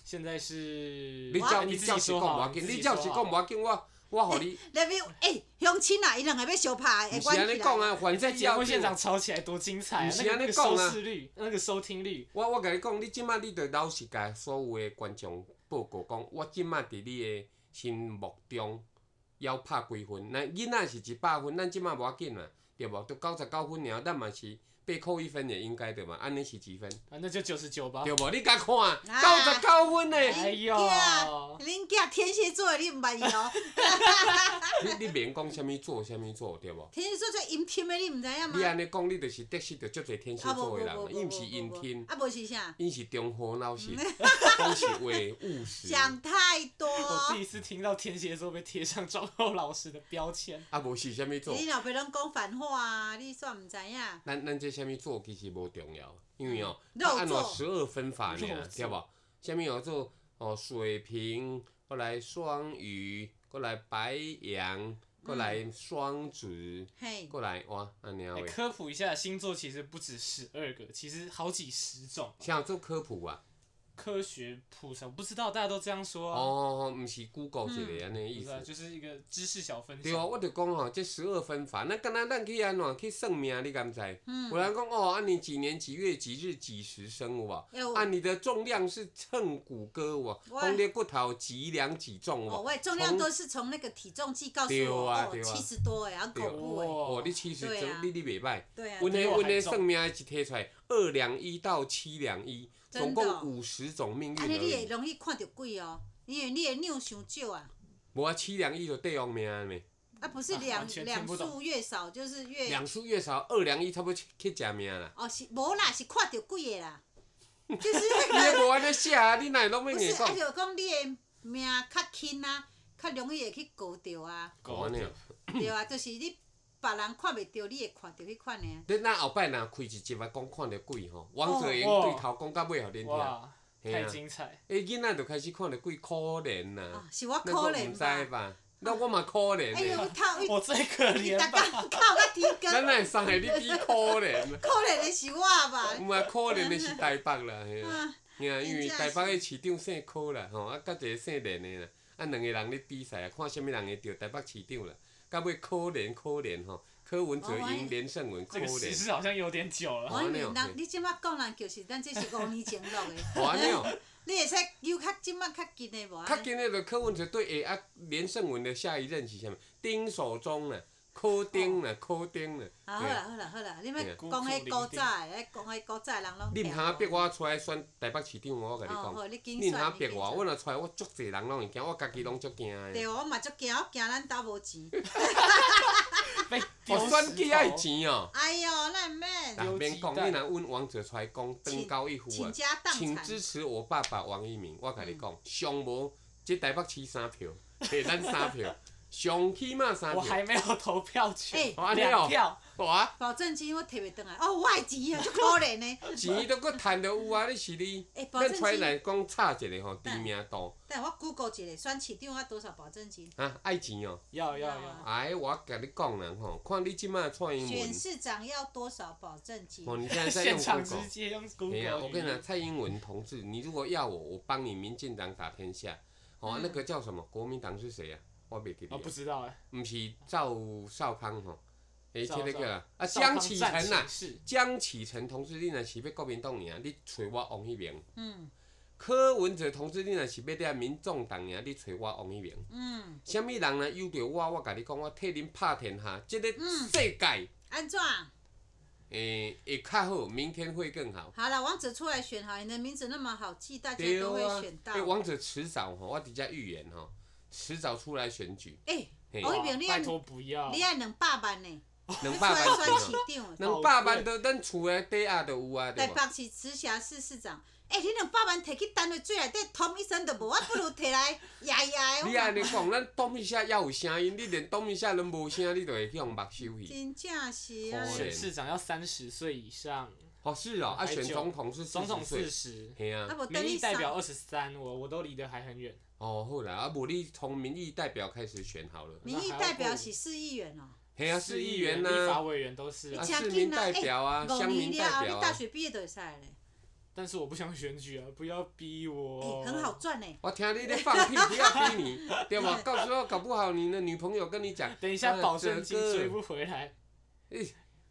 Speaker 3: 现在是
Speaker 1: 你照
Speaker 3: 你
Speaker 1: 你
Speaker 3: 自
Speaker 1: 照
Speaker 3: 己
Speaker 1: 实
Speaker 3: 说
Speaker 1: 讲无要
Speaker 3: 好了，
Speaker 1: 紧，
Speaker 3: 自
Speaker 1: 你
Speaker 3: 己
Speaker 1: 照
Speaker 3: 说
Speaker 1: 实讲
Speaker 3: 好
Speaker 1: 无要紧，我我
Speaker 2: 哎
Speaker 1: 互你，
Speaker 2: 那边哎，相亲啊，伊两个要相拍，
Speaker 1: 不
Speaker 2: 哎，
Speaker 1: 是安尼讲啊，反
Speaker 3: 在
Speaker 1: 正只
Speaker 3: 哎节
Speaker 1: 要
Speaker 3: 目现场吵起来多精彩啊！
Speaker 1: 不是
Speaker 3: 那个
Speaker 1: 啊
Speaker 3: 那
Speaker 1: 你
Speaker 3: 个
Speaker 1: 讲
Speaker 3: 收
Speaker 1: 啊
Speaker 3: 视率，那个收听率，
Speaker 1: 我我甲你讲，你即摆你着老实甲所有的观众报告讲，我即摆伫你的心目中要拍几分？咱囡仔是一百分，咱即摆无要紧嘛，对无？着九十九分尔，咱嘛是被扣一分也应该的嘛，安尼是几分？
Speaker 3: 啊，那就九十九吧。
Speaker 1: 对无？你甲看，
Speaker 2: 啊
Speaker 1: 九十九分诶，
Speaker 3: 哎呦，
Speaker 2: 恁囝天蝎座的，你唔捌伊哦？
Speaker 1: 你你免讲啥物做啥物做， 对无？
Speaker 2: 天蝎座最阴天的，你唔知影吗
Speaker 1: 你？安尼讲，你就是得失着足侪天蝎
Speaker 2: 啊，无
Speaker 1: 座
Speaker 2: 无
Speaker 1: 的人嘛
Speaker 2: 无，
Speaker 1: 伊
Speaker 2: 无
Speaker 1: 毋是阴天，
Speaker 2: 啊，无是啥？
Speaker 1: 伊是中和老 实，讲实话务实，
Speaker 2: 想太多。
Speaker 1: 哦
Speaker 3: 我第一次听到天蝎座被贴上忠厚老实的标签。
Speaker 1: 啊无是啥物做。
Speaker 2: 你老爸拢讲反话啊，你煞毋知影？
Speaker 1: 咱咱这啥物做其实无重要，因为哦，
Speaker 2: 嗯
Speaker 1: 它按
Speaker 2: 肉
Speaker 1: 照
Speaker 2: 做
Speaker 1: 十二分法呢
Speaker 3: 肉，
Speaker 1: 对
Speaker 3: 做
Speaker 1: 无？啥物有做哦，水瓶，过来双鱼，过来白羊，过来双子，
Speaker 2: 嘿，
Speaker 1: 过来哇，安尼啊
Speaker 3: 来
Speaker 1: 喂，
Speaker 3: 嗯哎科普一下，星座其实不止十二个，其实好几十种。
Speaker 1: 像做科普啊，
Speaker 3: 科学普什我不知道，大家都这样说、啊，
Speaker 1: 哦，毋是 Google 一个安尼
Speaker 3: 不
Speaker 1: 意
Speaker 3: 知
Speaker 1: 思。
Speaker 3: 道嗯就是啊一个知识小分
Speaker 1: 对啊，
Speaker 3: 享。
Speaker 1: 我就讲吼，这十二分法，咱敢若咱去安怎去算命，你敢知？
Speaker 2: 嗯
Speaker 1: 有人讲哦，啊你几年几月几日几时生有无？
Speaker 2: 哎我
Speaker 1: 啊你的重量是称骨骼有无？
Speaker 2: 我
Speaker 1: 讲你骨头几两几重有
Speaker 2: 哦，
Speaker 1: 无？
Speaker 2: 喂，重量都是从那个体重计告诉
Speaker 1: 对
Speaker 2: 我，
Speaker 1: 啊
Speaker 2: 哦
Speaker 1: 对，啊
Speaker 2: 七十多哎，很恐怖哎，
Speaker 1: 哦，你七十
Speaker 2: 对
Speaker 1: 周
Speaker 2: 啊，
Speaker 1: 你你袂歹。
Speaker 2: 对啊，
Speaker 1: 阮迄
Speaker 3: 比我还
Speaker 1: 阮迄
Speaker 3: 重
Speaker 1: 算命的一摕出来，二两一到七两一，总
Speaker 2: 真的哦
Speaker 1: 共五十种命运而
Speaker 2: 安尼啊你会
Speaker 1: 已。
Speaker 2: 容易看到鬼哦，因为你的尿伤少啊，
Speaker 1: 无啊，七两一就帝王命了没？
Speaker 2: 啊不是
Speaker 3: 啊
Speaker 2: 两
Speaker 3: 完全听
Speaker 2: 两
Speaker 3: 不懂
Speaker 2: 数越少就是越
Speaker 1: 两数越少，二两一差不多去食命啊 啦。
Speaker 2: 哦是无啦，是看到鬼 的啦，就是
Speaker 1: 你
Speaker 2: 那个
Speaker 1: 也无安尼写啊，你哪会拢要
Speaker 2: 不
Speaker 1: 硬
Speaker 2: 是，啊
Speaker 1: 讲？
Speaker 2: 就讲你的命较轻啊，较容易会去搞到 啊，
Speaker 1: 讲安尼哦。
Speaker 2: 对啊，就是你别人看袂到，你会看到迄款的啊。
Speaker 1: 恁咱后摆若开一集啊，讲看着鬼吼，王者英
Speaker 3: 哦
Speaker 1: 对头讲到尾，互恁听。
Speaker 3: 哇，
Speaker 1: 嘿
Speaker 3: 太
Speaker 1: 啊，
Speaker 3: 精彩！
Speaker 1: 迄囡仔就开始看着鬼，可怜
Speaker 2: 啊
Speaker 1: 呐，，
Speaker 2: 是我
Speaker 1: 咱都
Speaker 2: 可
Speaker 1: 毋
Speaker 2: 怜
Speaker 1: 知
Speaker 2: 吧？
Speaker 1: 吧？那我嘛可怜
Speaker 2: 哎呦，
Speaker 1: 嘞，
Speaker 2: 头
Speaker 3: 我最可
Speaker 2: 伊伊
Speaker 3: 怜
Speaker 2: 逐
Speaker 3: 吧
Speaker 2: 工？ 靠到天
Speaker 1: 咱
Speaker 2: 光，
Speaker 1: 哪会伤害你比可怜？
Speaker 2: 可怜的是我吧？
Speaker 1: 有啊，可怜的是台北啦， 嘿啊。
Speaker 2: 啊，
Speaker 1: 吓，因为
Speaker 2: 真正
Speaker 1: 台
Speaker 2: 是
Speaker 1: 北的市长姓柯啦，吼，啊，甲一个姓连的啦，啊，两个人咧比赛啊，看啥物人会着台北市长啦，到尾柯连柯连吼，柯文哲
Speaker 2: 哦我也
Speaker 1: 赢连胜文，柯
Speaker 3: 这个
Speaker 2: 哦哎
Speaker 3: 时
Speaker 1: 连，
Speaker 3: 事好像有点久 了。
Speaker 2: 我以
Speaker 1: 安
Speaker 2: 为
Speaker 1: 尼哦
Speaker 2: 人，你即摆讲人就是咱这是五年前录的，
Speaker 1: 哇， 你 哦，
Speaker 2: 你会使扭较即摆较近的无？啊
Speaker 1: 较近的就柯文哲对下啊，连胜文的下一任是啥物？丁守中啦，柯丁啦，柯丁啦，
Speaker 2: 啊，好啦好啦好啦，你莫
Speaker 1: 嘿啊
Speaker 2: 讲迄古早的，讲迄古早的人拢
Speaker 1: 你毋通啊逼我出来选台北市长，我甲你
Speaker 2: 哦，
Speaker 1: 讲，
Speaker 2: 好，你紧
Speaker 1: 你毋
Speaker 2: 选，
Speaker 1: 通啊逼我，我
Speaker 2: 我
Speaker 1: 若出来，我足侪人拢会惊，我家己拢足惊
Speaker 2: 对，
Speaker 1: 的。哦
Speaker 2: 我嘛足惊，我惊咱兜无钱。
Speaker 1: 我
Speaker 3: 被丢石头
Speaker 1: 选举爱钱哦，
Speaker 2: 哎哟，咱免
Speaker 1: 啊
Speaker 3: 丢
Speaker 1: 免
Speaker 3: 鸡
Speaker 1: 讲，
Speaker 3: 蛋
Speaker 1: 你若阮王者出来讲，登高一呼啊
Speaker 2: 倾。家荡
Speaker 1: 请
Speaker 2: 产，
Speaker 1: 支持我爸爸王一鸣，我甲你讲，上无即台北市三票，给咱三票，上起码三
Speaker 3: 我
Speaker 1: 票。
Speaker 3: 还没有投票
Speaker 2: 哎
Speaker 3: 权，
Speaker 1: 哇你
Speaker 3: 两
Speaker 1: 哦
Speaker 3: 票。
Speaker 1: 哇，
Speaker 2: 保证金我摕袂倒来，哦，我的钱啊，足可怜的。
Speaker 1: 钱都搁趁着有啊！你是你，
Speaker 2: 诶，保
Speaker 1: 咱
Speaker 2: 证
Speaker 1: 出来
Speaker 2: 金，
Speaker 1: 讲差一个吼，知名度
Speaker 2: 但我 Google 一下，选市长我多少保证金？
Speaker 1: 啊，爱钱哦。
Speaker 3: 要要
Speaker 2: 要
Speaker 3: 要
Speaker 2: 啊！
Speaker 1: 哎，我甲你讲人吼，看你即摆蔡英
Speaker 2: 选
Speaker 1: 文，
Speaker 2: 市长要多少保证金？
Speaker 1: 吼，你现在在
Speaker 3: 现
Speaker 1: 用
Speaker 3: 场
Speaker 1: Google
Speaker 3: 直。接用
Speaker 1: 哎
Speaker 3: Google
Speaker 1: 呀，我跟你
Speaker 3: 语
Speaker 1: 讲，
Speaker 3: 音
Speaker 1: 蔡英文同志，你如果要我，我帮你民进党打天下。哦，那个叫什么？国民党是谁呀、啊？我袂记得
Speaker 3: 嗯哦，
Speaker 1: 了
Speaker 3: 不。知道哎。
Speaker 1: 毋是赵少康吼，诶、
Speaker 3: 赵
Speaker 1: 这个叫啊，啊
Speaker 3: 赵
Speaker 1: 江
Speaker 3: 康
Speaker 1: 启
Speaker 3: 战
Speaker 1: 程呐
Speaker 3: 情，室
Speaker 1: 江启程同志，你若是要国民党赢，你找我王一鸣；
Speaker 2: 嗯
Speaker 1: 柯文哲同志，你若是要踮民众党赢，你找我王一鸣。
Speaker 2: 嗯，
Speaker 1: 什物人若有着我，我甲你讲，我替恁拍天下，即、个
Speaker 2: 嗯
Speaker 1: 世界
Speaker 2: 安怎？
Speaker 1: 诶、会较好，明天会更好。
Speaker 2: 好了，王者出来选好，你的名字那么好记，大家
Speaker 1: 对
Speaker 2: 都会
Speaker 1: 啊
Speaker 2: 选，到
Speaker 1: 诶、。王者迟早吼，我伫遮预言吼，迟早出来选举，
Speaker 2: 哎，
Speaker 1: 嘿，
Speaker 2: 王一
Speaker 3: 哇
Speaker 2: 鸣你
Speaker 3: 拜
Speaker 2: 按
Speaker 3: 托不要，
Speaker 2: 你爱两百万呢，
Speaker 1: 两
Speaker 2: 出
Speaker 1: 百
Speaker 2: 来
Speaker 1: 万哦
Speaker 2: 选市
Speaker 1: 票，
Speaker 2: 长的，
Speaker 1: 两百万都咱厝诶底下都有啊，对
Speaker 2: 台
Speaker 1: 无？
Speaker 2: 北市直辖市市长。哎，你两百万摕去单位水内底通一声都无，我不如 摕来压压的。
Speaker 1: 你
Speaker 2: 我
Speaker 1: 安尼讲，咱咚一下要有声音，你连咚一下拢无声，你就会去用目收去。
Speaker 2: 真正是啊
Speaker 1: 可，
Speaker 3: 选
Speaker 1: 怜
Speaker 3: 市长要三十岁以上，
Speaker 1: 哦，是哦，啊，
Speaker 3: 还
Speaker 1: 选
Speaker 3: 久
Speaker 1: 总统是
Speaker 3: 总统
Speaker 1: 四十
Speaker 3: 四
Speaker 1: 岁，
Speaker 3: 十，
Speaker 1: 嘿
Speaker 2: 啊
Speaker 1: 啊。
Speaker 2: 无等
Speaker 3: 民
Speaker 2: 你
Speaker 3: 意代表
Speaker 2: 上，
Speaker 3: 二十三，我我都离得还很远。
Speaker 1: 哦，好啦，啊，无你从民意代表开始选好了。
Speaker 2: 民意代表是市议员哦。
Speaker 1: 嘿啊，市议员
Speaker 3: 立法
Speaker 1: 呐，
Speaker 3: 委员都是啊
Speaker 1: 啊，
Speaker 2: 你，真
Speaker 1: 市
Speaker 2: 紧
Speaker 1: 民
Speaker 2: 啊
Speaker 1: 代表啊，
Speaker 2: 五
Speaker 1: 乡民
Speaker 2: 年了后，
Speaker 1: 代
Speaker 2: 你
Speaker 1: 表
Speaker 2: 大
Speaker 1: 啊。
Speaker 2: 学毕业就会使嘞，
Speaker 3: 但是我不想选举啊，不要逼
Speaker 2: 哎、
Speaker 1: 哦
Speaker 3: 我。
Speaker 2: 很好。赚嘞。
Speaker 1: 我听你在放屁，不要逼你， 对吧？到时候搞不好你的女朋友跟你讲，
Speaker 3: 等一下
Speaker 1: 啊
Speaker 3: 保证金
Speaker 1: 哲哥
Speaker 3: 追不回来，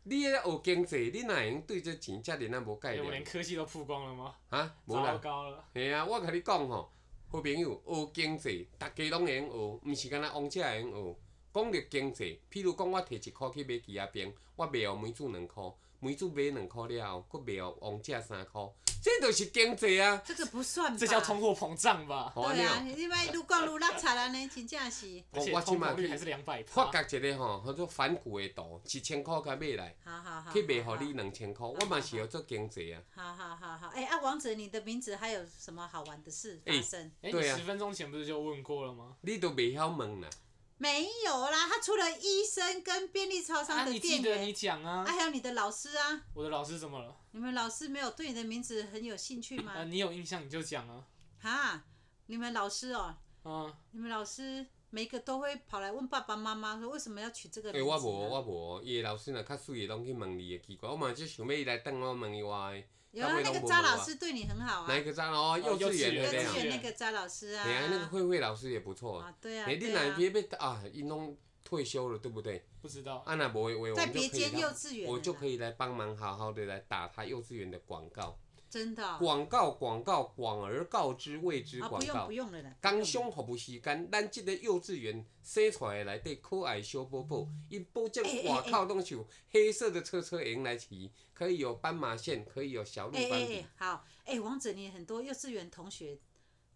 Speaker 1: 你咧学经济，你哪用对这钱遮尔啊无概
Speaker 3: 哎我连
Speaker 1: 念
Speaker 3: 科技都曝光了吗？
Speaker 1: 啊？无
Speaker 3: 糟
Speaker 1: 啦。
Speaker 3: 糕了，
Speaker 1: 嘿啊，我甲你讲吼，好朋友学经济，逐家拢会用学，毋是干那王者会用学。讲着经济，譬如讲我摕一箍去买鸡仔饼，我卖互梅子两箍，梅子买两箍了后，佫卖互王者三箍，这就是经济啊！
Speaker 2: 这个不算吧？
Speaker 3: 这叫通货膨胀吧？
Speaker 1: 吼安尼
Speaker 2: 对啊，
Speaker 1: 哦，
Speaker 2: 你莫愈讲愈落差安尼，真正是。
Speaker 1: 我
Speaker 3: 而且
Speaker 1: 我即
Speaker 3: 通
Speaker 1: 马
Speaker 3: 膨率
Speaker 1: 去
Speaker 3: 还是两百
Speaker 1: 发
Speaker 3: 趴。
Speaker 1: 觉一个吼，叫做反骨的图，一千箍甲买来，
Speaker 2: 好好好。
Speaker 1: 去卖互你两千箍，
Speaker 2: 好
Speaker 1: 我嘛是要做经济啊。
Speaker 2: 好。好好好好，哎、啊，王者，你的名字还有什么好玩的事发生？
Speaker 3: 哎，你
Speaker 1: 对啊
Speaker 3: 十分钟前不是就问过了吗？
Speaker 1: 你都袂晓问啦，
Speaker 2: 没有啦，他除了医生跟便利超
Speaker 3: 啊，
Speaker 2: 商的
Speaker 3: 你记
Speaker 2: 店
Speaker 3: 得
Speaker 2: 员，
Speaker 3: 你讲啊
Speaker 2: 啊，。还有你的老师啊，
Speaker 3: 我的老师怎么了？
Speaker 2: 你们老师没有对你的名字很有兴趣
Speaker 3: 啊，
Speaker 1: 嗯
Speaker 2: 吗？
Speaker 3: 你有印象你就讲啊。
Speaker 2: 哈，你们老师哦、
Speaker 3: 嗯，
Speaker 2: 你们老师每一个都会跑来问爸爸妈妈说为什么要取这个
Speaker 1: 诶，
Speaker 2: 名字、
Speaker 1: 我
Speaker 2: 啊？
Speaker 1: 无我无，伊的老师若较水的拢去问你的，奇怪，我嘛只想要伊来等我问伊话的，
Speaker 2: 有啊，那个扎老师对你很好
Speaker 1: 哪
Speaker 2: 啊
Speaker 1: 一，个张哦？
Speaker 3: 哦
Speaker 1: 幼稚园
Speaker 2: 幼
Speaker 1: 的
Speaker 3: 园
Speaker 1: 这样
Speaker 2: 稚
Speaker 3: 对，
Speaker 2: 园那个扎老师啊，
Speaker 1: 哎呀，那个慧慧老师也不错。
Speaker 2: 啊，对啊，
Speaker 1: 哎，你
Speaker 2: 对
Speaker 1: 哪
Speaker 2: 啊，
Speaker 1: 别被啊，一弄退休了，对不对？
Speaker 3: 不知道。
Speaker 1: 啊，那不会，我我
Speaker 2: 在
Speaker 1: 们就
Speaker 2: 别
Speaker 1: 可以
Speaker 2: 间
Speaker 1: 来
Speaker 2: 幼稚园了啦，啊
Speaker 1: 我就可以来帮忙，好好的来打他幼稚园的广告，
Speaker 2: 真的哦
Speaker 1: 广告，广告，广而告之谓之
Speaker 2: 啊，
Speaker 1: 广
Speaker 2: 不用
Speaker 1: 告
Speaker 2: 不。用了啦，不用
Speaker 1: 工
Speaker 2: 了
Speaker 1: 商服务时间，咱即个幼稚园生出来的内底可爱小宝宝，
Speaker 2: 嗯
Speaker 1: 伊保证外口拢是有黑色的车车迎来骑，可以有斑马线，可以有小鹿
Speaker 2: 哎
Speaker 1: 斑
Speaker 2: 哎
Speaker 1: 比
Speaker 2: 哎，，好，哎、王子，你很多幼稚园同学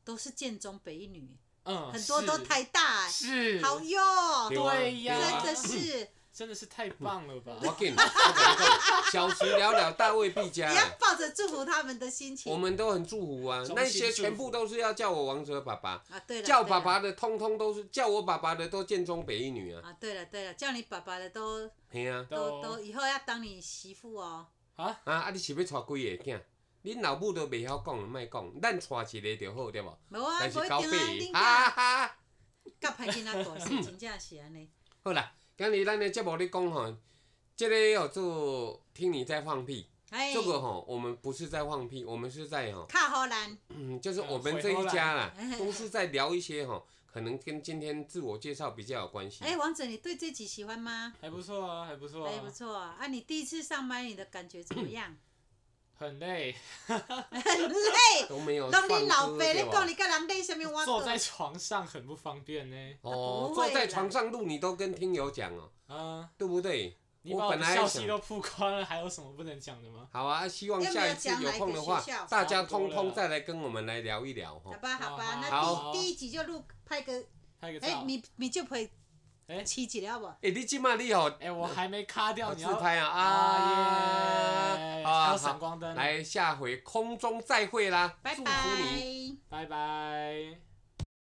Speaker 2: 都是建中北一女，
Speaker 3: 嗯，
Speaker 1: 哦
Speaker 2: 很多都
Speaker 3: 是
Speaker 2: 台大、哎
Speaker 3: 是，
Speaker 2: 好哟，
Speaker 1: 对啊
Speaker 3: 对呀
Speaker 1: 对啊
Speaker 2: 真的是，嗯
Speaker 3: 真的是太棒了吧！
Speaker 1: 我跟你讲，小时了了，大未必 佳
Speaker 2: 你
Speaker 1: 啦
Speaker 2: 要。抱着祝福他们的心
Speaker 1: 我
Speaker 2: 情
Speaker 1: 们都很祝福啊，
Speaker 3: 衷心
Speaker 1: 那些全
Speaker 3: 祝
Speaker 1: 部
Speaker 3: 福
Speaker 1: 都是要叫我王者爸爸，
Speaker 2: 啊！对了，
Speaker 1: 叫
Speaker 2: 对
Speaker 1: 爸
Speaker 2: 了
Speaker 1: 爸的通通都是叫我爸爸的都建中北一女啊，
Speaker 2: 啊！对了对了，叫你爸爸的都
Speaker 1: 嘿啊，
Speaker 2: 都
Speaker 3: 都
Speaker 2: 都以后要当你媳妇哦。
Speaker 1: 啊啊你是要娶几个囝？恁老母都袂晓讲，莫讲，咱娶一个就好，对无？
Speaker 2: 无啊，
Speaker 1: 但
Speaker 2: 无
Speaker 1: 是
Speaker 2: 一
Speaker 1: 交
Speaker 2: 定啊，
Speaker 1: 配的，
Speaker 2: 你
Speaker 1: 哈
Speaker 2: 甲
Speaker 1: 哈。
Speaker 2: 甲歹囡仔 过，是真正是安尼。
Speaker 1: 好啦，今日咱的节目咧讲吼，这个叫做听你在放屁，
Speaker 2: 哎
Speaker 1: 这，个吼我们不是在放屁，我们是在吼，
Speaker 2: 卡荷兰，
Speaker 1: 嗯，就是我们这一家啦
Speaker 2: 嗯回头
Speaker 1: 都
Speaker 2: 啦，
Speaker 1: 是在聊一些吼，可能跟今天自我介绍比较有关系。
Speaker 2: 哎，王子，你对这集喜欢吗？
Speaker 3: 还不错啊，还不错、啊，
Speaker 2: 哎，不错啊！啊，你第一次上班，你的感觉怎 么样？
Speaker 3: 很累，
Speaker 2: 很累，
Speaker 1: 都没有
Speaker 2: 拢
Speaker 1: 放歌啊
Speaker 2: 你老爸
Speaker 1: 对
Speaker 2: 咧讲，
Speaker 1: 吧？
Speaker 2: 你甲人咧什么我
Speaker 3: 坐在床上很不方便呢。
Speaker 1: 哦，
Speaker 2: 不
Speaker 1: 坐
Speaker 2: 会啦
Speaker 1: 在床上录你都跟听友讲哦，
Speaker 3: 啊，
Speaker 1: 对不对？
Speaker 3: 你把
Speaker 1: 我
Speaker 3: 我
Speaker 1: 本
Speaker 3: 的
Speaker 1: 来
Speaker 3: 笑
Speaker 1: 想
Speaker 3: 息都曝光了，还有什么不能讲的吗？
Speaker 1: 好啊，希望下一次有空的话
Speaker 2: 要不要讲哪一个学校，
Speaker 1: 大家通通再来跟我们来聊一聊哈
Speaker 2: 好。吧，好
Speaker 3: 哦
Speaker 2: 吧，那
Speaker 1: 好
Speaker 2: 第第一集就录拍个，
Speaker 3: 拍个照。
Speaker 2: 哎，你你就陪
Speaker 3: 哎
Speaker 2: 七集了不？
Speaker 1: 哎，你今嘛你吼
Speaker 3: 哎、我还没卡掉，你
Speaker 1: 自
Speaker 3: 要
Speaker 1: 拍啊啊
Speaker 3: 啊耶，
Speaker 1: 好啊
Speaker 3: 还
Speaker 1: 好
Speaker 3: 有闪光灯。
Speaker 1: 来，下回空中再会啦！
Speaker 2: 拜
Speaker 1: 祝福你。
Speaker 2: 拜。
Speaker 3: 拜拜。